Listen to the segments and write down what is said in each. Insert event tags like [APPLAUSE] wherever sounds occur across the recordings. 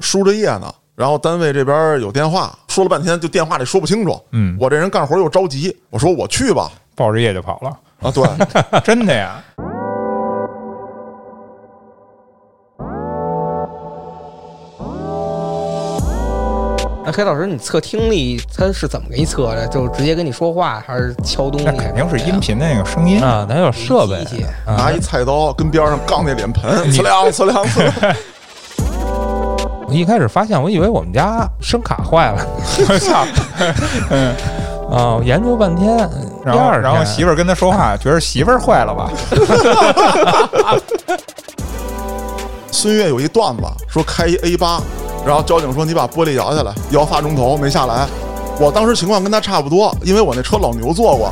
输着液呢，然后单位这边有电话，说了半天就电话里说不清楚。嗯我这人干活又着急，我说我去吧。抱着夜就跑了， [LAUGHS] 啊，对，真的呀？那黑老师，你测听力他是怎么给你测的？就是直接跟你说话，还是敲东西？那肯定是音频那个声音。啊，咱有设备机器啊拿，一菜刀跟边上杠那脸盆，呲亮呲亮呲亮。 [LAUGHS] 我一开始发现，我以为我们家声卡坏了， [LAUGHS] 我操！嗯， [LAUGHS] 啊，我研究半天，第然后二天然后媳妇儿跟他说话，觉得媳妇儿坏了吧？孙越有一段子说开一 A 八，然后交警说你把玻璃摇下来，摇发中头没下来。我当时情况跟他差不多，因为我那车老牛坐过，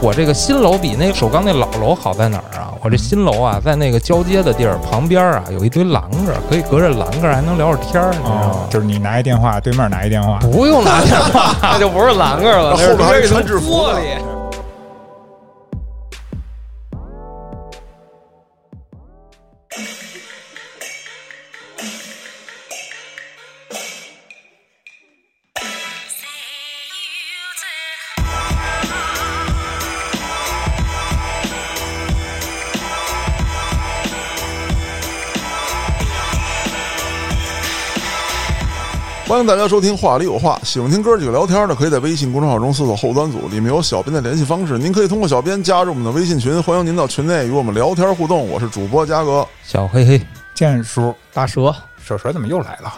我这个新楼比那首钢那老楼好在哪儿啊？我这新楼啊，在那个交接的地儿旁边啊，有一堆栏杆儿，可以隔着栏杆儿还能聊会儿天儿，你知道哦吗，？就是你拿一电话，对面拿一电话，不用拿电话，那就不是栏杆了，后边还那有是一一层穿制服玻的璃。欢迎大家收听《话里有话》，喜欢听哥几个聊天的，可以在微信公众号中搜索“后端组”，里面有小编的联系方式，您可以通过小编加入我们的微信群，欢迎您到群内与我们聊天互动。我是主播嘉哥，小黑黑，建叔，大蛇，蛇蛇怎么又来了？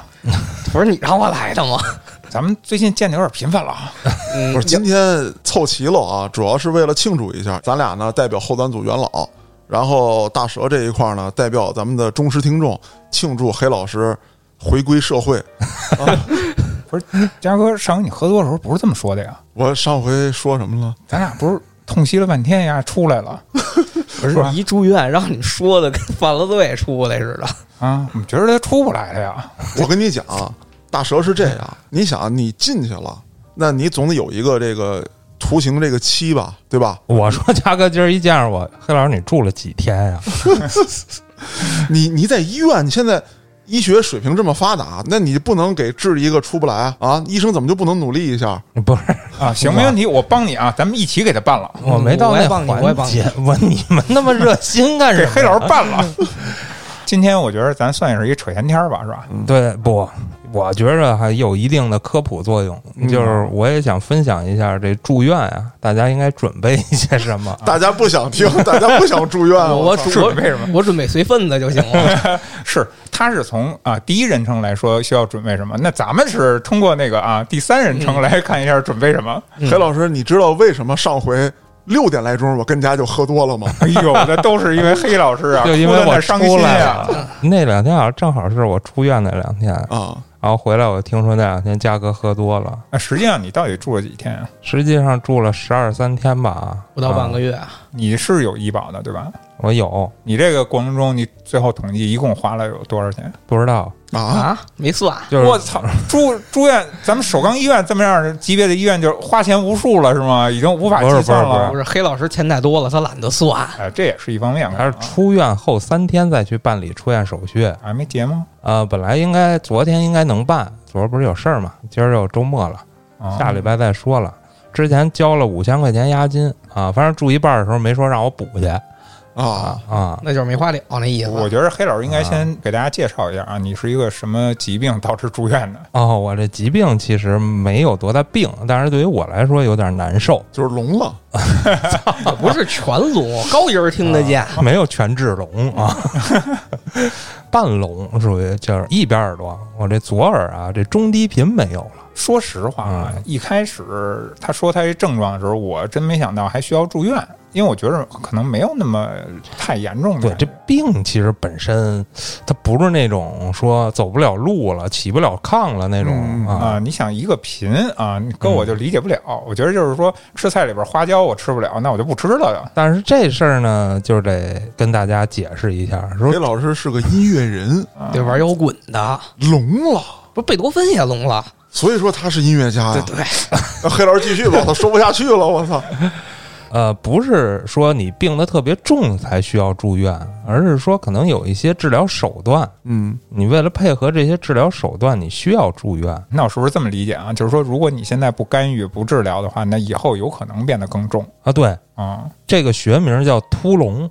不是你让我来的吗？咱们最近见的有点频繁了 [LAUGHS] 啊。嗯不是今天凑齐了啊，主要是为了庆祝一下，咱俩呢代表后端组元老，然后大蛇这一块呢代表咱们的忠实听众庆祝黑老师回归社会。啊不是，嘉哥，上回你喝多的时候不是这么说的呀？我上回说什么了？咱俩不是痛惜了半天呀，出来了，不是吧？一住院让你说的跟犯了罪出来似的。啊，我们觉得他出不来了呀。我跟你讲啊，大蛇是这样，你想啊你进去了，那你总得有一个这个图形这个期吧，对吧？我说嘉哥今儿一见着我，黑老师你住了几天呀、 [LAUGHS] 你你在医院，你现在医学水平这么发达，那你不能给治一个出不来啊？医生怎么就不能努力一下？。不是，啊，行，没问题，我帮你啊，咱们一起给他办了，我没嗯到我那也帮你我也环帮你节，我你们那么热心干给什黑么？老师办了。今天我觉得咱算是一扯闲天儿吧，是吧？对，不，我觉着还有一定的科普作用，就是我也想分享一下这住院啊，大家应该准备一些什么大家不想听，大家不想住院。我操准是我为什么？我准备随份子就行了。是，他是从啊第一人称来说需要准备什么，那咱们是通过那个啊第三人嗯称来看一下准备什么。嗯黑老师，你知道为什么上回六点来钟我跟家就喝多了吗？哎呦，那都是因为黑老师啊，就 [LAUGHS] 因哭为得那我伤心出来呀、了，那两天好像正好是我出院那两天，啊，然后回来我听说那两天嘉哥喝多了，啊。实际上你到底住了几天啊？实际上住了十二三天吧，不到半啊个月，你是有医保的对吧？我有你这个过程中，你最后统计一共花了有多少钱？不知道，啊，啊，没算。就是我操，住住院，咱们首钢医院这么样的级别的医院，就是花钱无数了，是吗？已经无法不是计算不是了不。是黑老师钱太多了，他懒得算。哎，这也是一方面吧，啊还是出院后三天再去办理出院手续。啊还没结吗？呃，本来应该昨天应该能办，昨儿不是有事儿嘛，今儿又周末了，啊下礼拜再说了。之前交了五千块钱押金啊，反正住一半儿的时候没说让我补去啊啊，啊，那就是没花了那意思。我觉得黑老师应该先给大家介绍一下啊，你是一个什么疾病导致住院的？哦，我这疾病其实没有多大病，但是对于我来说有点难受，就是聋了。得 [LAUGHS] 不是全聋，高音儿听得见。没有全智聋啊，半聋属于就是一边耳朵，我这左耳啊这中低频没有了，说实话啊嗯，一开始他说他这症状的时候，我真没想到还需要住院，因为我觉得可能没有那么太严重的对，感觉。这病其实本身它不是那种说走不了路了、起不了炕了那种、嗯啊，嗯啊，你想一个贫啊，你哥我就理解不了。我觉得就是说，吃菜里边花椒我吃不了，那我就不吃了呀。但是这事儿呢，就得跟大家解释一下，说黑老师是个音乐人，啊对，玩摇滚的，聋了，不是贝多芬也聋了。所以说他是音乐家对呀。对，黑老师继续吧，他说不下去了，我操！呃，不是说你病得特别重才需要住院，而是说可能有一些治疗手段，嗯你为了配合这些治疗手段，你需要住院。那我是不是这么理解啊？就是说，如果你现在不干预、不治疗的话，那以后有可能变得更重啊，对，啊。 [LAUGHS] 这个学名叫秃龙，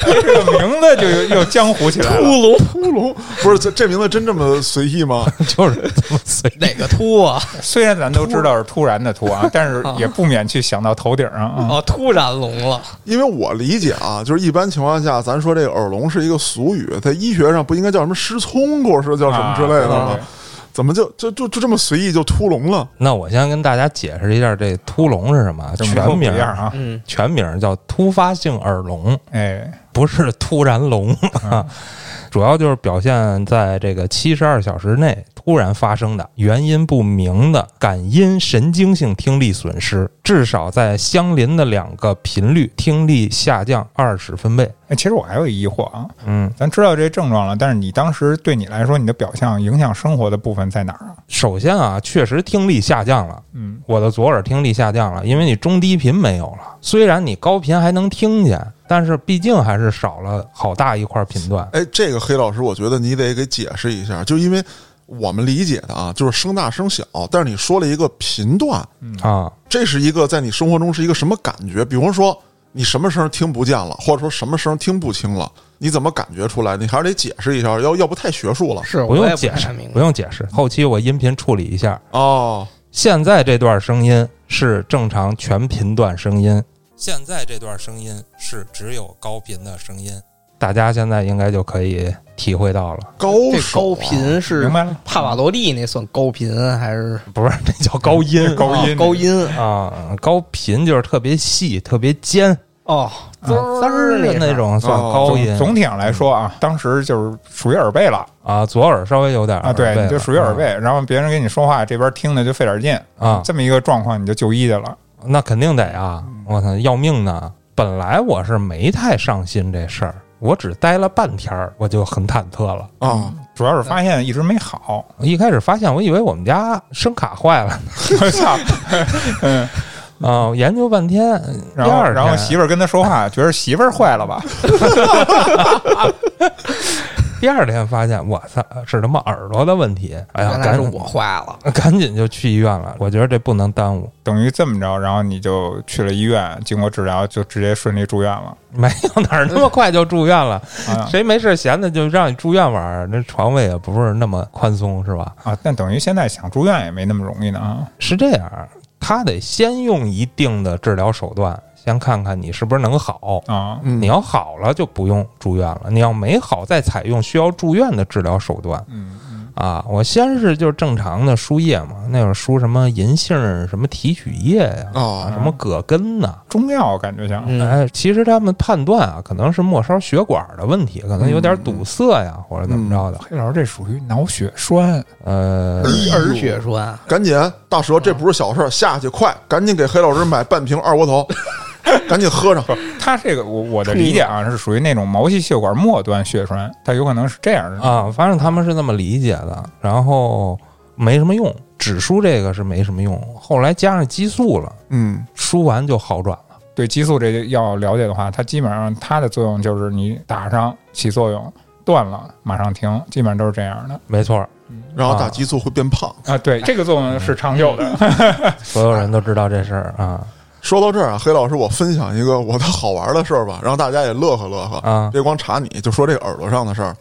这个名字就又又江湖起来秃了。龙乌龙不是这这名字真这么随意吗？ [LAUGHS] 就是这么随哪个秃啊？虽然咱都知道是突然的突啊，但是也不免去想到头顶上啊。哦，突然聋了，因为我理解啊，就是一般情况下，咱说这个耳聋是一个俗语，在医学上不应该叫什么失聪过是叫什么之类的啊吗？怎么就就就就这么随意就秃聋了？那我先跟大家解释一下这秃龙是什么，对对对全名这么一样啊，嗯，全名叫突发性耳聋，哎，不是突然聋，主要就是表现在这个七十二小时内突然发生的、原因不明的感音神经性听力损失，至少在相邻的两个频率听力下降二十分贝。哎其实我还有一疑惑啊，嗯，咱知道这症状了，但是你当时对你来说，你的表象影响生活的部分在哪儿啊？首先啊，确实听力下降了。嗯，我的左耳听力下降了，因为你中低频没有了。虽然你高频还能听见，但是毕竟还是少了好大一块频段。哎，这个黑老师，我觉得你得给解释一下，就因为我们理解的啊，就是声大声小，但是你说了一个频段，啊，这是一个在你生活中是一个什么感觉？比方说你什么声听不见了，或者说什么声听不清了，你怎么感觉出来？你还是得解释一下，要要不太学术了是不我用也解不释太明，不白。用解释。后期我音频处理一下。哦。现在这段声音是正常全频段声音，现在这段声音是只有高频的声音。大家现在应该就可以体会到了，高这手啊高频是明白了。帕瓦罗蒂那算高频还是不是那叫高 [LAUGHS] 音，高音哦高音啊，高频就是特别细、特别尖，哦，啊滋滋儿儿的那种。种算哦高音。总总体上来说啊，当时就是属于耳背了啊，左耳稍微有点啊，耳背对，你就了属于耳背，然后别人跟你说话，这边听的就费点劲，啊，这么一个状况你就就医去了。那肯定得啊！我操，要命呢！本来我是没太上心这事儿，我只待了半天儿，我就很忐忑了。啊！主要是发现一直没好，我一开始发现，我以为我们家声卡 [LAUGHS] 坏了我操！嗯，呢啊，研究半天，第然后二天然后媳妇儿跟他说话，觉得媳妇儿坏了吧？第二天发现，我操，是他妈耳朵的问题！哎呀，原来赶是紧我坏了，赶紧就去医院了。我觉得这不能耽误，等于这么着，然后你就去了医院，经过治疗就直接顺利住院了。没有哪儿那么快就住院了， [LAUGHS] 啊谁没事闲的就让你住院玩儿，那床位也不是那么宽松，是吧？啊，但等于现在想住院也没那么容易呢啊。是这样，他得先用一定的治疗手段，先看看你是不是能好。啊，嗯你要好了就不用住院了，你要没好再采用需要住院的治疗手段嗯嗯啊。我先是就是正常的输液嘛，那会儿输什么银杏儿什么提取液呀、啊啊，什么葛根呐、中药感觉像，嗯，哎，其实他们判断啊，可能是末梢血管的问题，可能有点堵塞呀，或者怎么着的。黑老师这属于脑血栓，呃，耳血栓，赶紧，大蛇，这不是小事儿，下去快，赶紧给黑老师买半瓶二锅头，赶紧喝上。他这个我我的理解啊，是属于那种毛细血管末端血栓，它有可能是这样的。啊，反正他们是那么理解的，然后没什么用，只输这个是没什么用。后来加上激素了，嗯，输完就好转了。对激素这个要了解的话，它基本上它的作用就是你打上起作用，断了马上停，基本上都是这样的没错儿，然后打激素会变胖。啊。对，这个作用是长久嗯的。所有人都知道这事儿啊说到这儿啊，黑老师，我分享一个我的好玩的事儿吧，让大家也乐呵乐呵。啊别光查你，就说这耳朵上的事儿。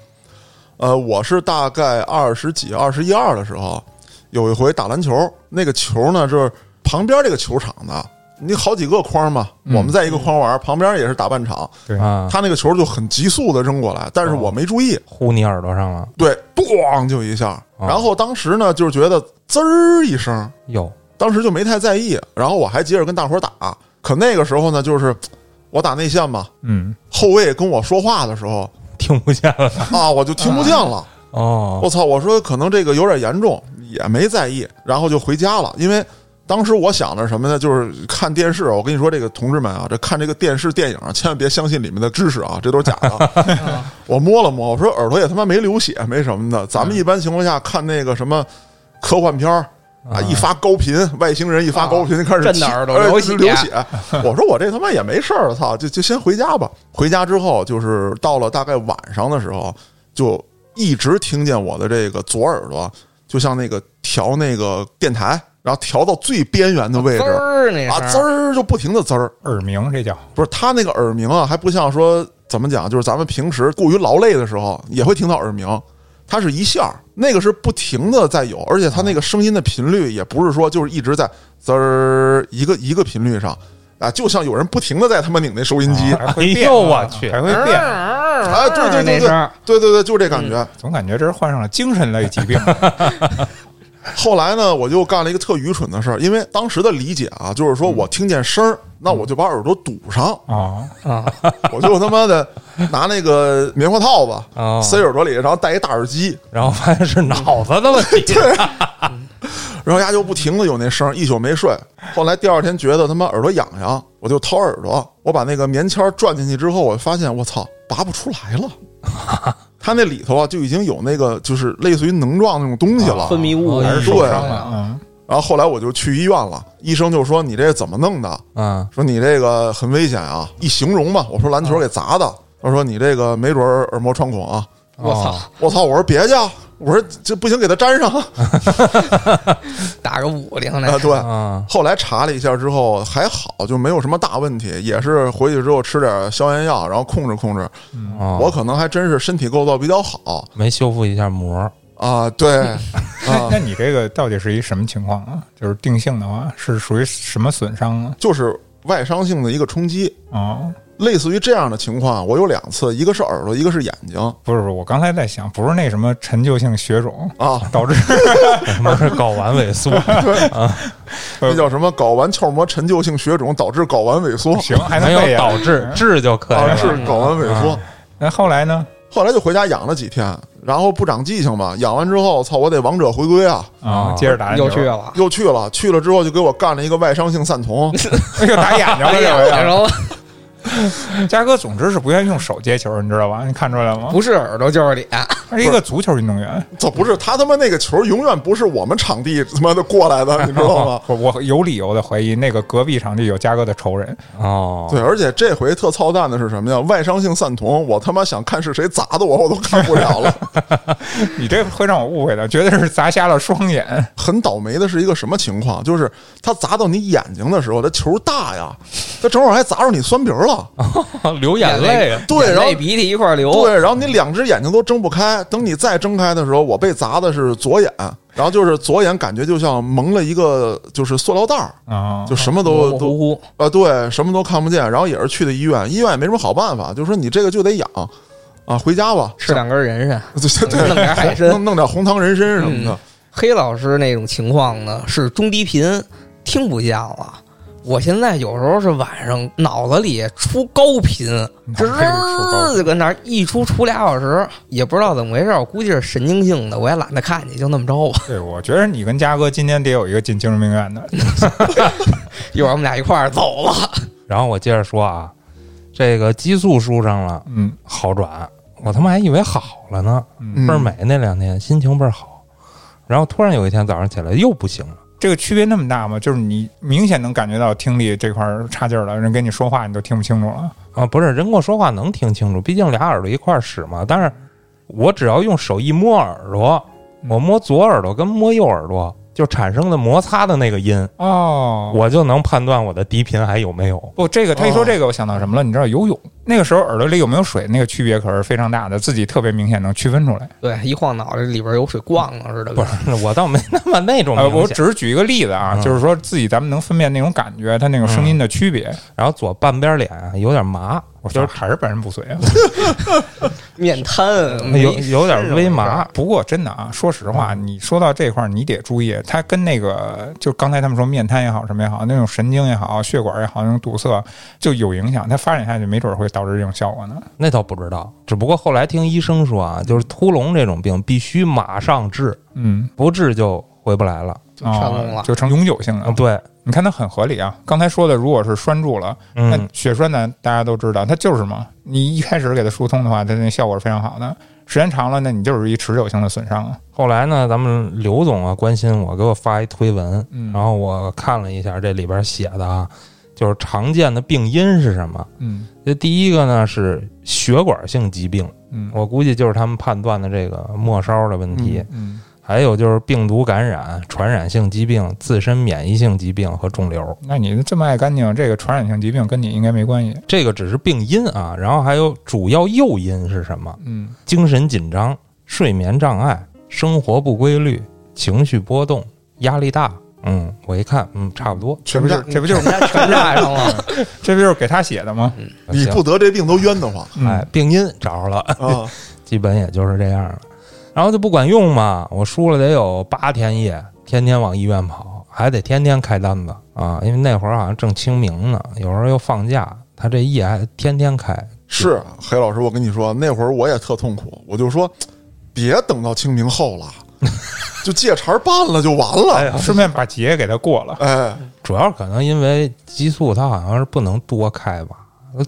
呃，我是大概二十几、二十一二的时候，有一回打篮球，那个球呢，就是旁边这个球场的，你好几个框嘛，我们在一个框玩，旁边也是打半场，对 [LAUGHS] 嗯啊，哦他那个球就很急速的扔过来，但是我没注意，呼你耳朵上了，对，咣就一下，哦然后当时呢，就是觉得滋儿一声，哟，当时就没太在意，然后我还接着跟大伙儿打，可那个时候呢，就是我打内线嘛，嗯，后卫跟我说话的时候听不见 [LAUGHS] 了啊，我就听不见了，哦我操，我说可能这个有点严重，也没在意，然后就回家了，因为。当时我想着什么呢？就是看电视。我跟你说，这个同志们啊，这看这个电视电影啊，千万别相信里面的知识啊，这都是假 [LAUGHS] 的。我摸了摸，我嗯说耳朵也他妈没流血，没什么的。咱们一般情况下看那个什么科幻片儿，啊，一发高频，外星人一发高频，开始嗯啊震起得耳朵哎流流血血。我说我这他妈也没事儿，操，就就先回家吧。回家之后，就是到了大概晚上的时候，就一直听见我的这个左耳朵，就像那个调那个电台，然后调到最边缘的位滋置，儿那啊，滋儿，儿就不停的滋儿。耳鸣这叫不是他那个耳鸣啊，还不像说怎么讲，就是咱们平时过于劳累的时候也会听到耳鸣，它是一下儿，那个是不停的在有，而且它那个声音的频率也不是说就是一直在滋儿一个一个频率上啊，就像有人不停的在他妈拧那收音机，还会变哎呦啊我去还会嗯变，嗯哎，对对对那声儿对对对对，就这感觉。总感觉这是患上了精神类疾 [LAUGHS] 病。后来呢，我就干了一个特愚蠢的事儿，因为当时的理解啊，就是说我听见声嗯儿，那我就把耳朵堵上，啊，啊，我就他妈的拿那个棉花套子哦塞耳朵里，然后戴一大耳机，然后发现是脑子的问题，然后丫就不停的有那声儿，一宿没睡。后来第二天觉得他妈耳朵痒痒，我就掏耳朵，我把那个棉签儿转进去之后，我发现我操，拔不出来 [LAUGHS] 了。它那里头啊，就已经有那个就是类似于能状那种东西了。啊分泌物还还是对受伤了。嗯，然后后来我就去医院了，医生就说你这怎么弄的？嗯，说你这个很危险啊！一形容嘛，我说篮球给砸的。他说你这个没准儿耳膜穿孔啊。我哦操，我操！我说别去啊，我说这不行，给它粘 [LAUGHS] 上啊！打个五零啊的， [LAUGHS] 对，啊，后来查了一下之后还好，就没有什么大问题，也是回去之后吃点消炎药，然后控制控制。哦我可能还真是身体构造比较好没修复一下膜，啊，对那哦啊，那你这个到底是一什么情况啊？就是定性的话，是属于什么损伤 [LAUGHS] 啊？就是外伤性的一个冲击，哦，类似于这样的情况，我有两次，一个是耳朵，一个是眼睛不是，不是，我刚才在想，不是那什么陈旧性血肿啊，导致，什么是睾丸萎 [LAUGHS] 缩？那叫什么睾丸鞘膜陈旧性血肿导致睾丸萎缩行，还能没背有呀导啊致治就可以啊，是了。睾丸萎缩。那后来呢？后来就回家养了几天，然后不长记性嘛，养完之后，操，我得王者回归啊，啊，啊接着打篮球又去，了，又去了，去了之后就给我干了一个外伤性散瞳，哎呦，打眼睛了，哎 [LAUGHS] 呀，这然回后啊。嘉哥总之是不愿意用手接球，你知道吧？你看出来了吗？不是耳朵就是脸，他是一个足球运动员，这不是他他妈那个球永远不是我们场地他妈的过来的，你知道 [LAUGHS] 哦吗？我我有理由的怀疑那个隔壁场地有嘉哥的仇人。哦， [LAUGHS] 对，而且这回特操蛋的是什么呀？外伤性散瞳，我他妈想看是谁砸的我，我都看不了了。 [LAUGHS] 你这会让我误会的，绝对是砸瞎了双眼。很倒霉的是一个什么情况？就是他砸到你眼睛的时候，他球大呀，他正好还砸着你酸皮儿了。流眼泪啊，对眼然后泪鼻涕一块儿流，对，然后你两只眼睛都睁不开，等你再睁开的时候，我被砸的是左眼，然后就是左眼感觉就像蒙了一个就是塑料袋儿，啊，就什么都模模都糊糊，啊，对，什么都看不见，然后也是去的医院，医院也没什么好办法，就说你这个就得养啊，回家吧， [LAUGHS] 吃两根人对参，对，弄点海参弄弄点红糖人参什么的，黑老师那种情况呢，是中低频听不见了。我现在有时候是晚上脑子里出高频，这个出高频就跟那儿一出出俩小时，也不知道怎么回事，我估计是神经性的，我也懒得看去，就那么着吧。 [LAUGHS] [LAUGHS] 对，我觉得你跟嘉哥今天得有一个进精神病院的。一会儿我们俩一块儿走了。然后我接着说啊，这个激素输上了，嗯，好转，我他妈还以为好了呢，嗯倍儿美那两天心情倍儿好，然后突然有一天早上起来又不行了，这个区别那么大吗？就是你明显能感觉到听力这块儿差劲儿了，人跟你说话你都听不清楚了。啊，不是人跟我说话能听清楚，毕竟俩耳朵一块儿使嘛，但是我只要用手一摸耳朵，我摸左耳朵跟摸右耳朵就产生的摩擦的那个音，哦我就能判断我的低频还有没有。不，这个他一说哦这个，我想到什么了？你知道游泳那个时候耳朵里有没有水，那个区别可是非常大的，自己特别明显能区分出来。对，一晃脑袋里边有水逛了似的。不是，我倒没那么那种呃，明我显。只是举一个例子啊，嗯就是说自己咱们能分辨那种感觉，它那种声音的区别。然后左半边脸啊有点麻，我觉就得是还是半身不遂 [LAUGHS] 啊。面瘫，没有有点微麻。不过真的啊，说实话，嗯你说到这块儿，你得注意，它跟那个就刚才他们说面瘫也好，什么也好，那种神经也好，血管也好，那种堵塞就有影响，它发展下去没准儿会导致这种效果呢。那倒不知道，只不过后来听医生说啊，就是秃龙这种病必须马上治，嗯，不治就回不来了就上路哦了就成永久性啊。了。对，你看它很合理啊。刚才说的，如果是拴住了，那嗯血栓呢，大家都知道，它就是嘛。你一开始给它疏通的话，它那效果是非常好的。时间长了，那你就是一持久性的损伤啊。后来呢，咱们刘总啊关心我，给我发一推文，嗯然后我看了一下这里边写的啊，就是常见的病因是什么？嗯这第一个呢是血管性疾病，嗯，我估计就是他们判断的这个末梢的问题，嗯还有就是病毒感染、传染性疾病、自身免疫性疾病和肿瘤，那你这么爱干净，这个传染性疾病跟你应该没关系。这个只是病因啊。然后还有主要诱因是什么？嗯精神紧张、睡眠障碍、生活不规律、情绪波动、压力大。嗯，我一看，嗯，差不多。这不就是这不就是人家全带上了？ [LAUGHS] 嗯这不就是给他写的吗？你行不得这病都冤得慌嗯哎，，病因找着了， [LAUGHS] 啊！基本也就是这样了。然后就不管用嘛，我输了得有八天夜，天天往医院跑，还得天天开单子啊，因为那会儿好像正清明呢，有时候又放假，他这夜还天天开。 [LAUGHS] 是黑老师，我跟你说，那会儿我也特痛苦，我就说别等到清明后了， [LAUGHS] 就借茬儿办了就完哎了。哦顺便把节给他过了。哎，主要可能因为激素它好像是不能多开吧，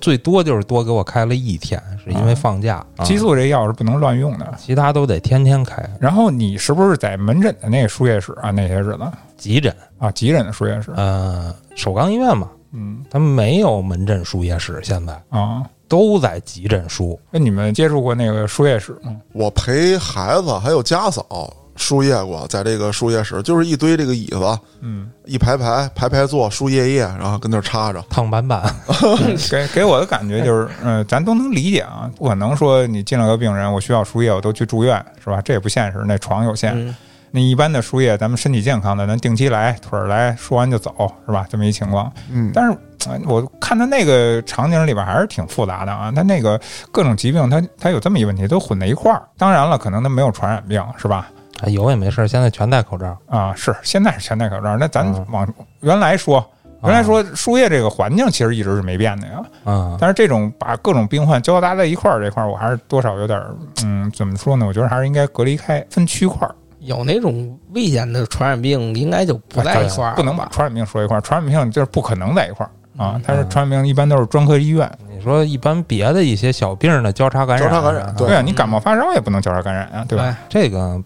最多就是多给我开了一天，是因为放假。啊激素这药是不能乱用的。其他都得天天开然后你是不是在门诊的那个输液室啊？那些日子急诊，啊，急诊的输液室，呃，首钢医院嘛，嗯它没有门诊输液室，现在啊，都在急诊输。那你们接触过那个输液室吗？我陪孩子还有家嫂输液过，在这个输液室，就是一堆这个椅子，嗯，一排排排排坐，输液液，然后跟那儿插着。烫 [LAUGHS] 板板， [LAUGHS] 给给我的感觉就是，嗯、咱都能理解啊，不可能说你进了个病人，我需要输液，我都去住院，是吧？这也不现实，那床有限。嗯那一般的输液，咱们身体健康的，咱定期来，腿儿来，输完就走，是吧？这么一情况。嗯，但是呃我看他那个场景里边还是挺复杂的啊，他那个各种疾病，他他有这么一问题，都混在一块儿。当然了，可能他没有传染病，是吧？哎有也没事，现在全戴口罩。啊，是现在是全戴口罩，那咱嗯往原来说，原来说输液这个环境其实一直是没变的呀。嗯啊，但是这种把各种病患交杂在一块儿这块儿，我还是多少有点儿，嗯，怎么说呢？我觉得还是应该隔离开，分区块儿，有那种危险的传染病，应该就不在一块儿啊了吧，啊不能把传染病说一块儿，传染病就是不可能在一块儿。啊嗯，但是传染病一般都是专科医院，你说一般别的一些小病的交叉感染，交叉感染对对啊，你感冒发烧也不能交叉感染啊，嗯对哎吧？这个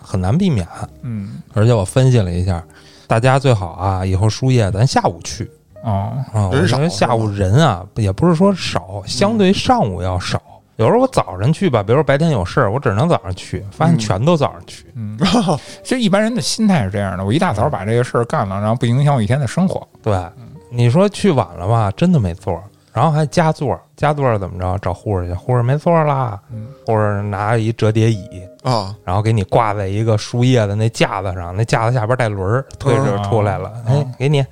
很难避免。嗯，而且我分析了一下，大家最好啊，以后输液咱下午去哦，啊，人少我嗯觉得下午人啊，也不是说少，相对上午要少。有时候我早上去吧，比如说白天有事儿，我只能早上去，发现全都早上去。嗯，其实一般人的心态是这样的，我一大早把这个事儿干了，然后不影响我一天的生 [LAUGHS] 活。对，你说去晚了吧，真的没座儿，然后还加座儿，加座儿怎么着？找护士去，护士没座儿啦，嗯护士拿一折叠椅，啊，然后给你挂在一个输液的那架子上，那架子下边带轮儿，推着出来了，嗯哎，给你，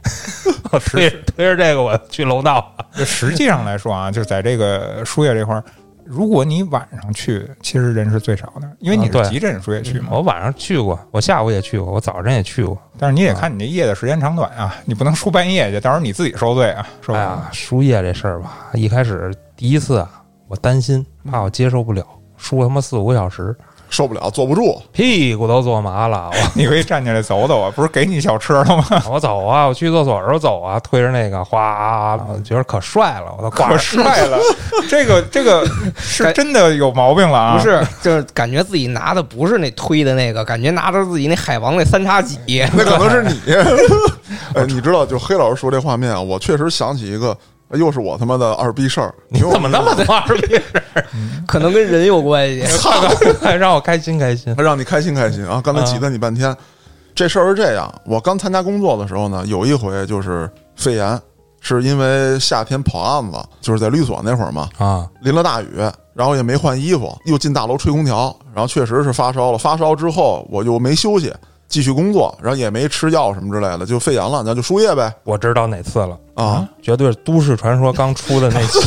我 [LAUGHS] 推着推着这个我去楼道了，就实际上来说啊，就在这个输液这块儿，如果你晚上去，其实人是最少的，因为你啊对是急诊输液区嘛。我晚上去过，我下午也去过，我早上也去过，但是你得看你这夜的时间长短啊，你不能输半夜去，到时候你自己受罪啊，是哎吧呀？，输液这事儿吧，一开始第一次啊，我担心，怕我接受不了，输他妈四五个小时，受不了，坐不住。屁股都坐麻了，我你可以站起来走走啊，不是给你小车了吗？我走啊，我去厕所的时候走啊，推着那个哗，我觉得可帅了，我都 [LAUGHS] 挂可着帅了，这个这个是真的有毛病了啊！不，是，就是感觉自己拿的不是那推的那个，感觉拿着自己那海王那三叉戟， [LAUGHS] 那可能是 [LAUGHS] 你。呃，你知道，就黑老师说这画面啊，我确实想起一个，呃又是我他妈的二逼事儿。你怎么那么多 [LAUGHS] 二逼？ [LAUGHS] 可能跟人有关 [LAUGHS] 系。啊让我开心开心。让你开心开心啊！刚才嗯挤得你半天。这事儿是这样，我刚参加工作的时候呢，有一回就是肺炎，是因为夏天跑案子，就是在律所那会儿嘛，啊，淋了大雨，然后也没换衣服，又进大楼吹空调，然后确实是发烧了。发烧之后我就没休息，继续工作，然后也没吃药什么之类的，就肺炎了，那就输液呗我知道哪次了，啊！绝对是都市传说刚出的那期。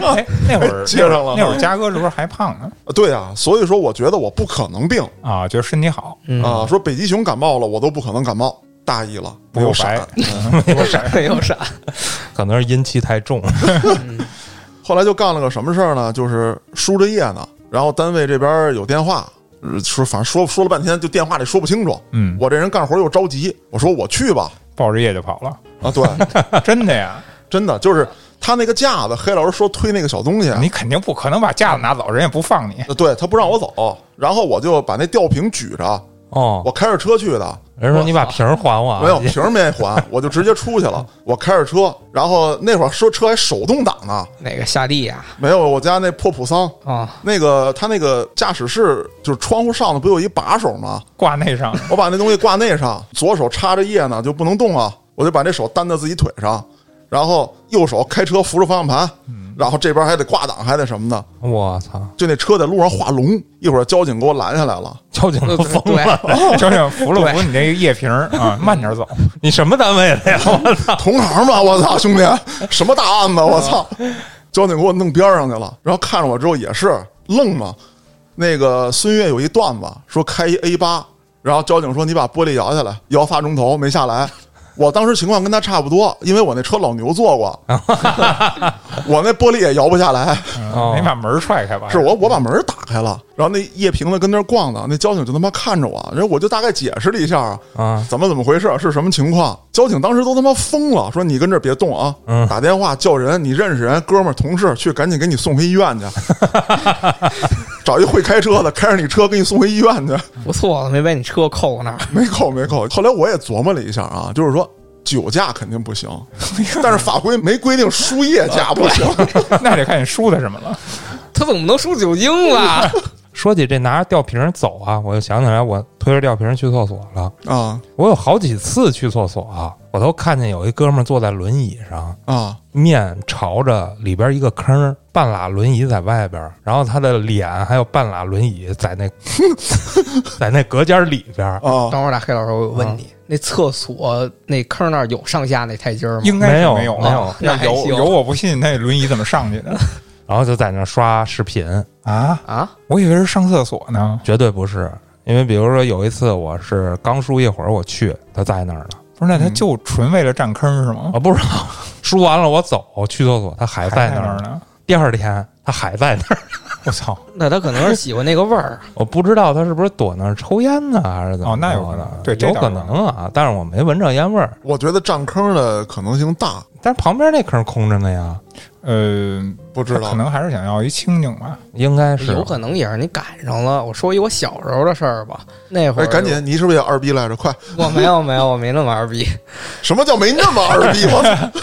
哎，那会儿接上了那会儿嘉哥是不是还胖呢？对呀、所以说我觉得我不可能病啊，就是身体好，嗯，啊。说北极熊感冒了，我都不可能感冒，大意了，不没有够白闪。， [LAUGHS] 没 [LAUGHS] 有啥，可能是阴气太重，后来就干了个什么事儿呢？就是输着液呢，然后单位这边有电话，呃说反正说说了半天，就电话里说不清楚。嗯，我这人干活又着急，我说我去吧，抱着夜就跑了，啊，对， [LAUGHS] 真的呀！真的就是他那个架子，黑老师说推那个小东西，你肯定不可能把架子拿走，人也不放你。呃对他不让我走，然后我就把那吊瓶举着，哦我，开着车去的，人说你把瓶儿还我啊，没有瓶儿没还，我就直接出去了。我开着车，然后那会儿说车还手动挡呢，哪个下地啊 [LAUGHS] 呀？没有我家那破普桑，啊，那个他那个驾驶室就是窗户上头不有一把手吗？挂那上，我把那东西挂那上，左手插着叶呢就不能动啊，我就把这手担在自己腿上，然后右手开车扶着方向盘，然后这边还得挂档，还得什么的，我操，就那车在路上画龙，一会儿交警给我拦下来了。交警都疯对了，交警扶了扶你那个夜瓶儿啊，慢点走。你什么单位的呀？我操，同行吧，我操，兄弟，什么大案子？我操！交警给我弄边上去了，然后看着我之后也是愣嘛。那个孙越有一段子说开一 A 八，然后交警说你把玻璃摇下来，摇仨钟头没下来。我当时情况跟他差不多，因为我那车老牛坐过，我那玻璃也摇不下来。哦你嗯把门儿踹开吧。是我我把门打开了，然后那叶瓶子跟那儿逛呢，那交警就他妈看着我，然后我就大概解释了一下啊，啊怎么怎么回事，是什么情况？交警当时都他妈疯了，说你跟这儿别动啊，嗯打电话叫人，你认识人，哥们儿、同事去，赶紧给你送回医院 [LAUGHS] 去，找一会开车的，开着你车给你送回医院去。不错，没把你车扣 [LAUGHS] 那儿。没扣没扣。后来我也琢磨了一下啊，就是说。酒驾肯定 [LAUGHS] 不行，哎但是法规没规定输液驾不啊行。那得看你输的什么了。他怎么能输酒精 [LAUGHS] 啊了？说起这拿着吊瓶儿走啊，我就想起来我推着吊瓶儿去厕所了。 [LAUGHS] 啊我有好几次去厕所啊，我都看见有一哥们儿坐在轮椅上，啊面朝着里边一个坑儿，半拉轮椅在外边儿，然后他的脸还有半拉轮椅在那 [LAUGHS] 在那隔间儿里边儿，啊！等会儿大黑老师，我有问你，那厕所那坑那儿有上下那台阶吗？应该是没有有没有了要那还有行有我不信那轮椅怎么上去 [LAUGHS] 的然后就在那刷视频，啊？啊，我以为是上厕所呢，绝对不是。因为比如说有一次我是刚输一会儿我去，他在那儿呢，不是？那他嗯就纯为了占坑是吗？我不知道输完了我走去厕所，他还在还那儿。呢。第二天他还在那儿， [LAUGHS] 我操！那他可能是喜欢那个味 [LAUGHS] 儿。啊我不知道他是不是躲那儿抽烟呢，还是怎么着的？哦那有可能对这有倒可是能啊，但是我没闻着烟味儿。我觉得占坑的可能性大，但是旁边那坑空着呢呀，呃，不知他道可能还是想要一清静吧。应该啊是有可能也是你赶上了。我说一我小时候的事儿吧，那会哎，儿赶紧，你是不是也二逼来着？快！我没有没有，我没那么二逼。什么叫没那么二逼？我操！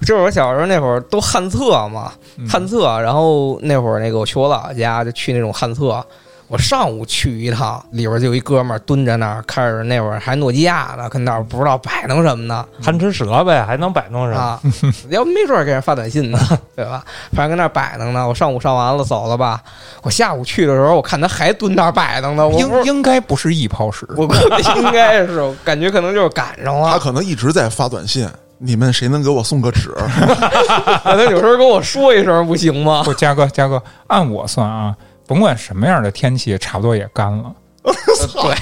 就是我小时候那会儿都旱厕嘛，嗯旱厕，然后那会儿那个我去我姥姥家，就去那种旱厕。我上午去一趟，里边就有一哥们儿蹲在那儿，开始那会儿还诺基亚呢，跟那儿不知道摆弄什么 [LAUGHS] 呢贪吃蛇呗，还能摆弄上。啊，要不没准儿给人发短信呢， [LAUGHS] 对吧？反正跟那儿摆弄呢。我上午上完了走了吧，我下午去的时候，我看他还蹲那儿摆弄呢，我不应应该不是一泡屎， [LAUGHS] 我估计应该是，我感觉可能就是 [LAUGHS] 赶上他了。可能一直在发短信，你们谁能给我送个纸？ [LAUGHS] 可能有时候跟我啊说一声不行吗？不，嘉哥，嘉哥，按我算啊，甭管什么样的天气，差不多也干了。对，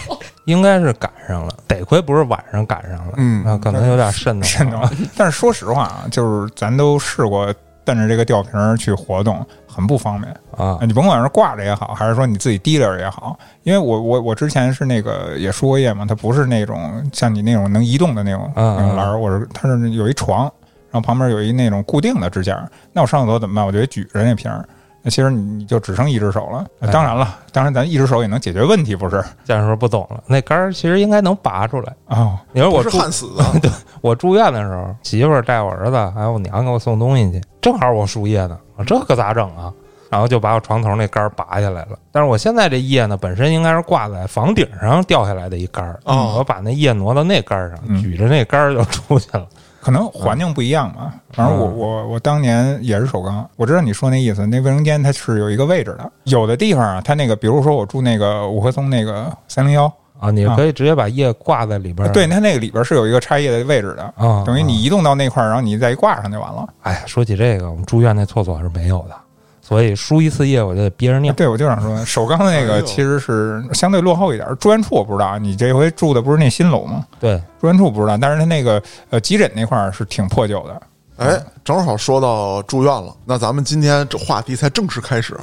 应该是赶上了，得亏不是晚上赶上了，嗯啊，可能有点瘆得慌真的吗。 [LAUGHS] 但是说实话啊，就是咱都试过蹬着这个吊瓶儿去活动，很不方便。啊啊，你甭管是挂着也好，还是说你自己提溜着也好，因为我我我之前是那个也输过液嘛，它不是那种像你那种能移动的那种嗯那种篮儿，我是它是有一床，然后旁边有一那种固定的支架，那我上厕所怎么办？我就得举着那瓶儿。那其实你你就只剩一只手了，哎当然了，当然咱一只手也能解决问题，不是？见时候不懂了，那杆儿其实应该能拔出来。哦，你说我不是住焊死的，我住院的时候，媳妇儿带我儿子还有我娘给我送东西去，正好我输液呢，我这可咋整啊？然后就把我床头那杆儿拔下来了。但是我现在这液呢，本身应该是挂在房顶上掉下来的一杆儿，嗯哦我把那液挪到那杆儿上，嗯举着那杆儿就出去了。可能环境不一样嘛。反正我嗯我我当年也是首钢，我知道你说那意思。那卫生间它是有一个位置的，有的地方啊，它那个比如说我住那个五棵松那个三零幺，啊，你可以直接把液挂在里边儿。啊对，它那个里边是有一个插叶的位置的，嗯啊，等于啊你移动到那块儿，然后你再一挂上就完了。哎，说起这个，我们住院那厕所是没有的，所以输一次液我就得憋着尿。对，我就想说，首钢的那哎个呦其实是相对落后一点儿，住院处我不知道，你这回住的不是那新楼吗？ [LAUGHS] 对，住院处不知道，但是它那个呃急诊那块儿是挺破旧的。 [LAUGHS] 哎，正好说到住院了，那咱们今天这话题才正式开始。